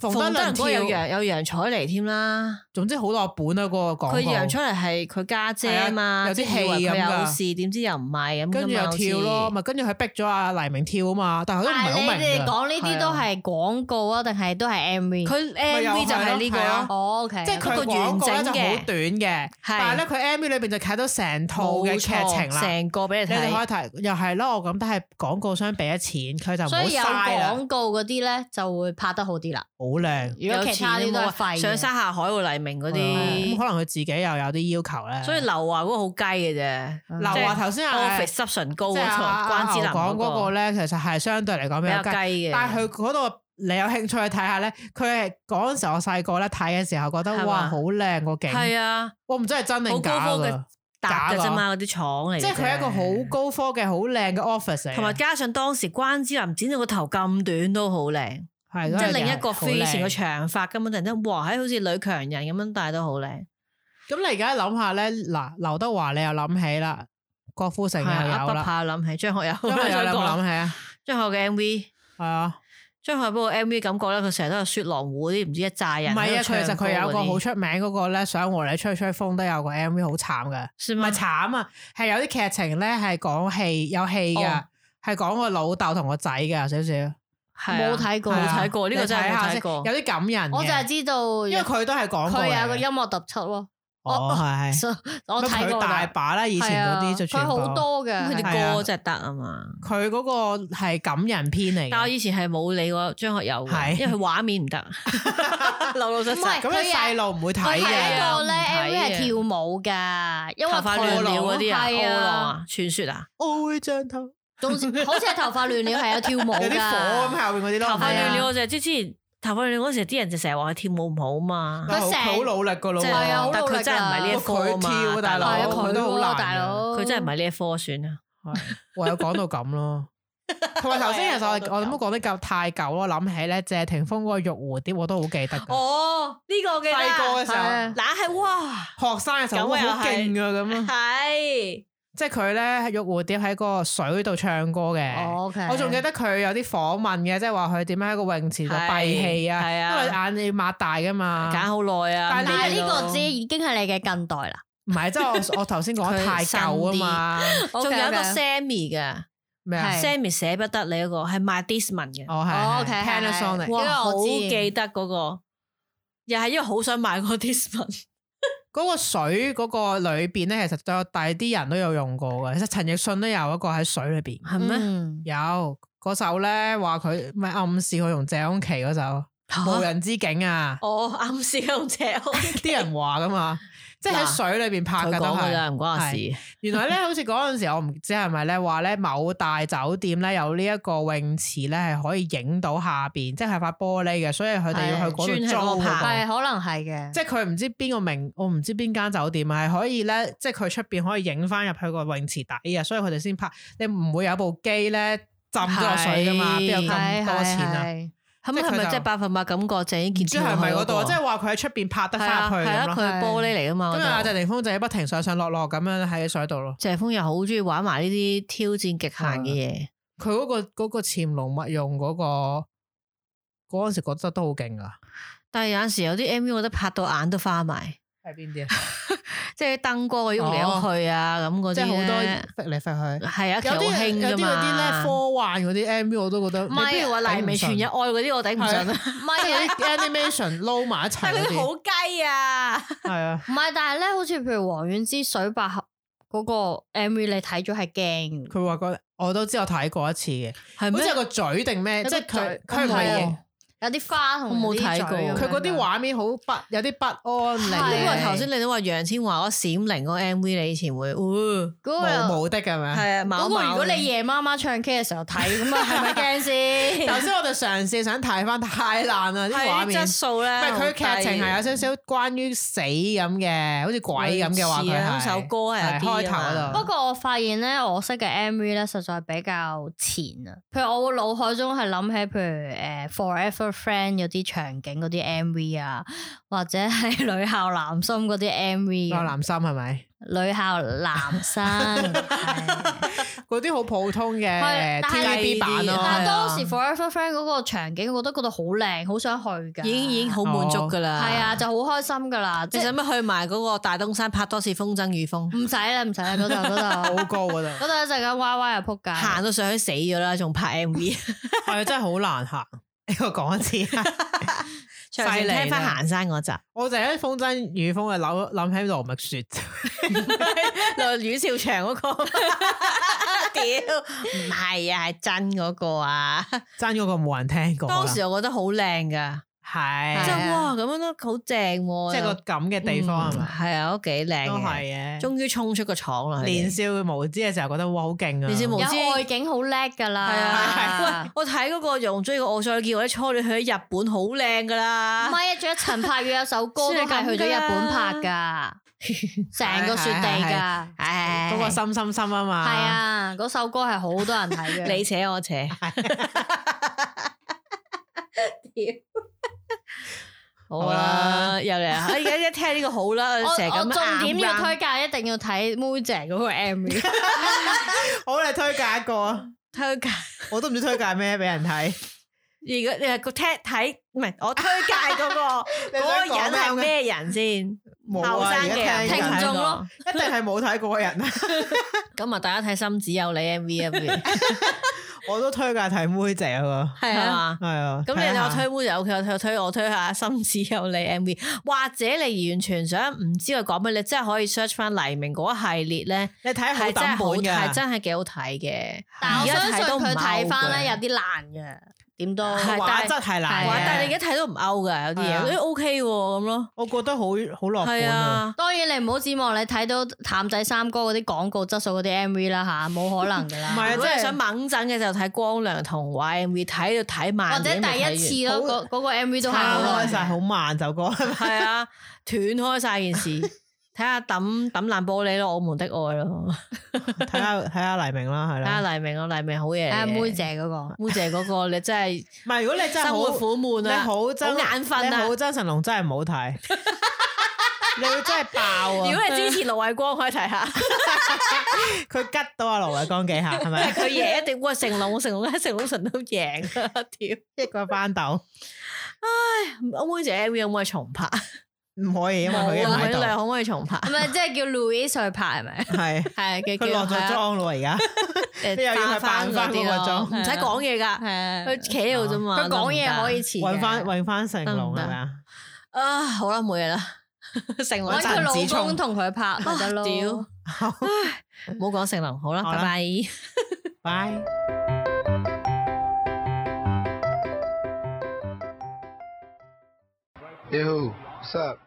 S4: 馮
S3: 馮
S4: 德
S3: 德
S4: 倫嗰個有
S3: 倫跳，
S4: 楊有楊采妮添啦，
S3: 總之好落本啊！嗰個廣告，
S4: 佢楊采妮係佢家姐啊嘛，
S3: 係啊有啲
S4: 即係以為
S3: 戲咁
S4: 佢有
S3: 㗎
S4: 事，點知又唔係咁，
S3: 跟住又跳咯，
S4: 咁啊，
S3: 咪跟住佢逼咗阿黎明跳啊嘛，但係佢都唔係好啊明
S2: 但係你
S3: 㗎
S2: 哋講呢啲都係廣告啊，定係都係 MV？
S4: 好似佢 MV 就係呢個
S3: 咪又係咯，
S4: 咯
S2: 哦，OK，
S3: 即係佢
S4: 不過
S3: 廣告咧
S4: 完
S3: 就
S4: 整
S3: 好
S4: 嘅
S3: 短嘅，但係咧佢 MV 裏邊就睇到成套嘅
S4: 冇
S3: 劇情
S4: 錯，
S3: 啦。
S4: 成個俾
S3: 你
S4: 你
S3: 哋可以
S4: 睇。
S3: 睇，又係咯，我咁都係廣告商俾咗錢，佢就唔好
S2: 所以有
S3: 嘥啦，
S2: 廣告嗰啲咧就會拍得好啲啦。
S3: 好靚。
S2: 如果其他啲都
S3: 啊
S2: 係廢嘅
S4: 上山下海喎，黎明嗰
S3: 咁
S4: 啲，
S3: 可能佢自己又有啲要求咧。
S4: 嗯所以劉華嗰個好雞嘅啫，
S3: 劉華頭先啊，
S4: office
S3: 即
S4: 濕唇膏嗰
S3: 係啊阿
S4: 個
S3: 關
S4: 關
S3: 之
S4: 之
S3: 琳
S4: 琳
S3: 講嗰個
S4: 個
S3: 咧，其實係相對嚟講比
S4: 比
S3: 較
S4: 較雞
S3: 雞，
S4: 嘅，
S3: 但係佢嗰度你有興趣去睇下咧，佢係嗰陣時我細個咧睇嘅時候覺
S4: 係嘛
S3: 得哇好靚個景，
S4: 係啊，
S3: 我唔知係真
S4: 好
S3: 定
S4: 高
S3: 假
S4: 科
S3: 㗎
S4: 嘅。搭嘅
S3: 假㗎
S4: 啫嘛，嗰啲廠嚟嘅啫。
S3: 即係佢係一個好高科技、好靚嘅 office 嚟嘅，
S4: 同埋加上當時關之琳剪到個頭咁短都好靚，
S3: 係
S4: 即
S3: 嗰
S4: 係
S3: 樣
S4: 另一
S3: 嘢
S4: 個
S3: 好
S4: feel 以前
S3: 靚
S4: 個長髮根本突然間，哇！喺好似女強人咁樣，但係都好靚。
S3: 咁你而家諗下咧，嗱，劉德華你又諗起啦，郭富城
S4: 係
S3: 又
S4: 啊，
S3: 有
S4: 不
S3: 啦，
S4: 怕諗起張學友，
S3: 因 為有
S4: 想
S3: 你有
S4: 講
S3: 冇諗起啊？
S4: 張學友嘅 MV，
S3: 係啊，
S4: 張學友嗰個 MV 感覺咧，佢成日都有雪狼湖啲唔知一紮
S3: 唔
S4: 人喺度
S3: 係啊，其
S4: 唱歌嗰啲。
S3: 實佢有個好出名嗰個咧，想和你吹吹風都有個 M V 好慘嘅，
S4: 算
S3: 唔
S4: 嗎
S3: 係慘啊，係有啲劇情咧係講戲有戲嘅
S4: 哦，
S3: 係講個老豆同個仔嘅有少少。
S4: 係啊
S2: 冇睇過
S4: 冇
S3: 係啊
S4: 睇過呢個
S3: 你
S4: 真係
S3: 睇
S4: 冇
S3: 下
S4: 睇
S3: 先
S4: 過。
S3: 有啲感人嗯嘅。
S2: 我就係知道，
S3: 因為佢都係講過嚟嘅
S2: 佢有個音樂特輯咯，
S3: 哦係，
S2: 所以 我
S3: 咁
S2: 睇
S3: 佢
S2: 過
S3: 大
S2: 啦。
S3: 把啦，以前嗰啲就
S2: 係
S3: 全
S2: 啊佢
S3: 部。
S2: 好多嘅，
S4: 咁佢
S3: 係
S4: 哋
S3: 啊
S4: 歌真係得啊嘛。
S3: 佢嗰個係感人篇嚟
S4: 但我
S3: 嘅。
S4: 以前係冇理過張學友嘅，
S3: 係
S4: 因為佢畫面唔得，老老實
S2: 唔
S4: 實。
S2: 係
S3: 咁你
S2: 佢啊
S3: 細路唔會睇
S2: 佢係
S3: 嘅。
S2: 一個咧
S4: 唔睇
S2: MV
S4: 嘅
S2: 係跳舞噶，因為
S4: 頭髮亂
S2: 佢
S4: 了嗰啲啊，
S2: 係
S4: 歐浪
S2: 啊，
S4: 啊，傳說啊，
S3: 我會將頭
S2: 總之好似係頭髮亂了係有跳舞
S3: 有啲火咁
S2: 㗎。
S3: 後邊嗰啲
S4: 頭
S3: 咯。
S4: 髮
S3: 係啊
S4: 亂了我就係之前頭髮亂了嗰時，啲人就成日話佢跳舞唔好啊嘛，
S2: 佢成
S3: 佢好努力噶咯
S4: 即
S3: 喎，
S4: 係
S2: 係啊好
S4: 但
S2: 努力
S4: 佢真係唔係呢一科啊
S3: 佢
S4: 嘛，
S3: 跳大
S4: 大
S2: 係
S3: 佬
S2: 啊，
S4: 佬
S2: 佢
S3: 都好難
S2: 喎
S3: 嘅
S2: 大佬，
S4: 佢真係唔係呢一科算啊，
S3: 唯有講到咁 咯。同埋頭先其實
S2: 啊
S3: 我哋我諗講得夠太久咯，諗起咧謝霆鋒嗰個玉蝴蝶我都好記得㗎。
S4: 哦，呢個嘅
S3: 細個嘅時
S2: 係啊
S3: 候，
S4: 嗱係哇，
S3: 學生嘅時候
S4: 咁
S3: 哇
S4: 又
S3: 好勁㗎咁啊！
S4: 係
S3: 即係佢咧玉蝴蝶喺個水度唱歌嘅。
S2: 哦，OK
S3: 我仲記得佢有啲訪問嘅，即係話佢點樣喺個泳池度
S4: 係
S3: 閉氣啊，
S4: 係啊
S3: 因為眼要擘大㗎嘛。
S4: 揀好耐啊，
S3: 但
S2: 但係呢個
S4: 知
S2: 知。已經係你嘅近代 啦。
S3: 唔係，即係我我頭先講得太舊啊嘛。
S4: 仲有一個
S2: OK，OK
S4: Sammy 嘅
S3: 咩啊
S2: 係？
S4: Sammy 捨不得你嗰個係 My Disman 嘅，
S3: 哦
S2: 哦
S3: 係
S2: ，OK，
S3: 係
S2: 係係
S3: Panasonic。
S2: 呢
S4: 哇
S2: 個我
S4: 好
S2: 知
S4: 記得嗰個，又係因為好想買嗰個 Disman。
S3: 嗰個水嗰個裏邊咧，其實都有，但係啲人都有用過嘅。其實陳奕迅都有一個喺水裏邊，
S4: 係咩？
S2: 嗯
S3: 有嗰首咧話佢咪暗示佢同謝安琪嗰首
S4: 嚇哦
S3: 無人之境啊，
S4: 我啱先用隻我
S3: 啲人話噶嘛，即係喺水裏邊拍
S4: 佢
S3: 㗎都
S4: 講噶咋，
S3: 係。
S4: 唔關我事。
S3: 原來咧，好似嗰陣時我唔知係咪咧話咧某大酒店咧有呢一個泳池咧係可以影到下邊，即係係塊玻璃嘅，所以佢哋要去嗰
S4: 係
S3: 度
S4: 專係嗰個
S3: 租
S4: 拍
S3: 嗰個
S2: 係可能係嘅，
S3: 即係佢唔知邊個名，我唔知邊間酒店係可以咧，即係佢出邊可以影翻入去個泳池底啊，所以佢哋先拍。你唔會有部機咧浸咗落水噶嘛？
S4: 係
S3: 邊有咁多錢啊？
S2: 係
S3: 即
S4: 咁
S3: 係
S4: 係
S3: 佢
S4: 咪
S3: 就
S4: 即係百分百感覺鄭伊
S3: 唔
S4: 健
S3: 知
S4: 跳
S3: 係咪
S4: 去
S3: 嗰度啊？
S4: 個
S3: 即係話佢喺出邊拍得
S4: 係
S3: 翻
S4: 啊
S3: 入去
S4: 係
S3: 咁
S4: 啊，佢
S3: 咯。
S4: 係玻璃嚟噶嘛。
S3: 咁啊，
S4: 嗰度
S3: 謝霆鋒就係不停上上落落咁樣喺水度咯。
S4: 謝峰又好中意玩埋呢啲挑戰極限嘅嘢，
S3: 佢嗰、個嗰、個潛龍勿用嗰、個嗰陣時覺得都好勁啊噶。
S4: 但係有陣時有啲 MV 我覺得拍到眼都花埋，
S3: 係邊啲 啊？
S4: 即係燈光喐嚟喐去啊咁嗰啲
S3: 即係好
S4: 咧
S3: 多飛嚟飛去。
S4: 係啊，其
S3: 有
S4: 實好
S3: 啲
S4: 興
S3: 有
S4: 㗎
S3: 啲嗰啲咧
S4: 嘛。
S3: 科幻嗰啲 MV 我都覺得
S4: 唔係，譬如話黎明全日愛嗰啲，我頂唔順啊。
S2: 唔係
S3: 即
S2: 嘅
S3: 係嗰 啲 animation 撈埋一齊
S4: 但 係
S3: 嗰
S4: 佢哋
S3: 啲，
S4: 好雞啊！
S3: 係啊，
S2: 唔係，但係咧，好似譬如黃遠之水百合嗰個 MV，你睇咗係驚嘅，
S3: 佢話個我都知我睇過一次嘅，
S4: 係
S3: 好似
S4: 咩
S3: 有？個嘴定咩，
S2: 有
S3: 即
S2: 個
S3: 係佢佢
S2: 嘴
S3: 唔係
S2: 我冇
S4: 哦
S3: 型，
S2: 有啲花同
S4: 我冇
S2: 有啲
S4: 睇過
S2: 嘴咁樣
S3: 佢嗰啲畫面好不有啲不安
S4: 咁
S3: 嚟
S2: 係
S3: 嘅，
S4: 啊因為
S2: 啊
S4: 頭先你都話楊千嬅嗰《閃靈》嗰個 M V，你以前會，哦
S2: 嗰個
S3: 無無的係咪？
S4: 係啊，
S2: 嗰
S4: 某
S2: 個如
S4: 某
S2: 果你夜媽媽唱 K 嘅時候睇，咁啊係咪驚 先？
S3: 頭先我哋嘗試想睇翻，太爛啊啦啲
S4: 係
S3: 畫
S4: 啲
S3: 面
S4: 質，素咧，
S3: 唔係佢
S4: 好
S3: 劇情係有少
S4: 低
S3: 少關於死咁嘅，好似鬼咁嘅話
S4: 類似啊
S3: 佢係
S4: 首歌係有
S3: 係
S4: 啲
S3: 開頭
S4: 啊
S3: 嗰
S4: 嘛
S2: 不
S3: 度，
S2: 過我發現咧，我識嘅 MV 咧實在比較前啊。譬如我腦海中係諗起，譬如誒、呃 Forever Friend 有啲場景嗰啲 MV 啊，或者係 女校男心嗰啲 MV
S3: 有
S2: 啊。
S3: 男心係咪？
S2: 女校男生，係
S3: 嗰啲好普通
S2: 係
S3: 嘅
S2: 但係
S3: TVB 版
S4: 係
S3: 咯
S4: 啊
S2: 但係當時 Forever Friend 嗰個場景，我都覺得覺得好靚，好想去㗎。
S4: 已經已經好滿足噶啦。
S2: 係啊，，就好開心㗎啦。即
S4: 你使
S2: 係
S4: 唔使去埋嗰個大東山拍多次風箏與風？
S2: 唔使啦，唔使啦，嗰度嗰
S3: 好
S2: 度
S3: 高嗰度
S2: 嗰，度一陣間 Y Y 又撲街。
S4: 行到上去死咗啦，仲拍 M V，
S3: 係啊真係好難行。呢個講一次。
S4: 長
S3: 犀利啦
S4: 聽翻行山 嗰集，
S3: 我就係喺風箏雨風嘅諗諗起羅密雪，
S4: 就阮兆祥嗰個，屌唔係啊，係真嗰個啊！
S3: 爭嗰個冇人聽過啦。
S4: 當時我覺得好靚噶，
S3: 係
S4: 即
S2: 係
S4: 係
S2: 啊
S4: 哇咁樣都好啊正喎，
S3: 即係個咁嘅地方係
S4: 嗯
S3: 咪？
S4: 係啊，都幾靚
S3: 都係
S4: 嘅，
S3: 嘅。
S4: 終於衝出個廠啦！佢哋
S3: 年少無知嘅時候覺得哇好勁啊！
S4: 年少無知
S2: 有外景好叻噶啦，
S4: 係啊， 喂，我睇嗰個容追嘅《我再見我啲初戀》去咗日本好靚噶
S2: 唔
S4: 啦，
S2: 係啊，仲有陳柏宇有首歌
S4: 雖
S2: 都
S4: 然
S2: 係
S4: 咁
S2: 去咗日本拍噶，成個雪地
S3: 係係
S2: 㗎。
S4: 唉，
S3: 嗰個心心心啊嘛，
S2: 係，啊，嗰首歌係好多人睇 嘅。
S4: 你扯我扯，好
S3: 好啦
S4: 啦，又嚟啊！哎而家一聽呢個好啦，
S2: 我
S4: 成日咁
S2: 我重點要
S4: 啱
S2: 推介，一定要睇妹姐嗰個 M V。
S3: 好你推介一個啊，
S4: 推介。
S3: 我都唔知推介咩俾人睇，
S4: 如果你係個聽睇唔係我推介嗰個
S3: 你想講
S4: 嗰個人係
S3: 咩
S4: 咩人先？
S3: 冇
S4: 後
S3: 啊，
S4: 生
S3: 而家
S4: 嘅
S3: 聽緊
S2: 聽眾咯
S4: 咯。
S3: 一定係冇睇過嘅人啊，
S4: 咁啊，大家睇《心子有你》M V 啊，不如
S3: 我都推介睇妹姐嗰 個，
S2: 係
S4: 係
S2: 啊，
S4: 嘛？
S3: 係啊，
S4: 咁
S3: 睇
S4: 你
S3: 下
S4: 就推妹就 OK，我推推我推下《心子有你》M V，或者你完全想唔知佢講咩，你真係可以 search 翻黎明嗰一系列咧，
S3: 你睇哎好
S4: 係真係
S3: 抌
S4: 好
S3: 本
S4: 睇，
S3: 㗎，
S4: 真係幾好睇嘅。
S2: 但我
S4: 而家
S2: 相信
S4: 睇都唔
S2: 佢睇翻咧有
S4: 勾嘅
S2: 啲難嘅，點都
S4: 係但
S3: 畫
S4: 係
S3: 質係難
S2: 係
S3: 嘅
S4: 哇！但係你而家睇都唔勾㗎，有啲
S3: 係啊
S4: 嘢都 OK 喎咁咯，
S3: 我覺得好好樂
S4: 係
S3: 觀啊。
S4: 啊。
S2: 當然你唔好指望你睇到譚仔三哥嗰啲廣告質素嗰啲 M V 啦吓，冇可能噶
S3: 唔係啊
S4: 如果
S2: 啦。
S3: 即
S4: 你
S3: 係
S4: 想猛整嘅就睇光良童話 M V，睇到睇慢
S2: 或者
S4: 嘢咪睇完，
S2: 第一次
S3: 好
S2: 咯，嗰嗰個 M V 都係
S3: 差
S2: 好
S4: 好
S3: 開
S2: 耐
S4: 耐
S3: 晒，好慢首歌，
S4: 係啊，斷開晒件事，睇下抌抌爛玻璃咯，我們的愛咯，
S3: 睇下睇下黎明啦，係
S4: 睇
S3: 啦。
S4: 下黎明咯，黎明好嘢嚟
S2: 誒
S4: 嘅，
S2: 啊妹姐 嗰個，
S4: 妹姐嗰個你真係
S3: 唔係，如果你真係
S4: 生活
S3: 好，
S4: 苦悶
S3: 你
S4: 啊，
S3: 好憎
S4: 好眼瞓
S3: 你
S4: 啊
S3: 好憎神龍真係唔 好睇，你會真係爆
S4: 如
S3: 啊！
S4: 果你支持盧偉光可以睇下，
S3: 佢吉到阿盧偉光幾下，係 咪？
S4: 佢贏一定喂成龍，成龍喺成龍神都贏啊！屌，
S3: 一個班豆
S4: 妹姐 M V 可唔可以重拍？
S3: 唔可以，因為佢已經
S4: 啊佢
S3: 喺
S4: 哋
S3: 度，
S4: 可唔可以重拍？
S2: 係咪即係叫 Louis 去拍係咪？
S3: 係
S2: 係嘅，
S3: 佢落咗
S2: 係啊
S3: 妝咯，而 家
S4: 誒
S3: 你又要去扮返嗰個妝
S4: 唔使講嘢㗎。
S2: 係啊
S4: 佢企喺度啫嘛，
S2: 佢講
S4: 得唔
S2: 嘢
S4: 得
S2: 可以前
S3: 揾翻揾翻成龍係咪啊？
S4: 啊，好啦，冇嘢啦， 成龍
S2: 揾佢
S4: 真
S2: 老
S3: 陳子聰
S2: 公同佢拍咪得咯。
S4: 屌唔好講成龍，好啦，
S3: 好啦
S4: 拜拜。
S3: 拜。
S1: Hey, who? What's up?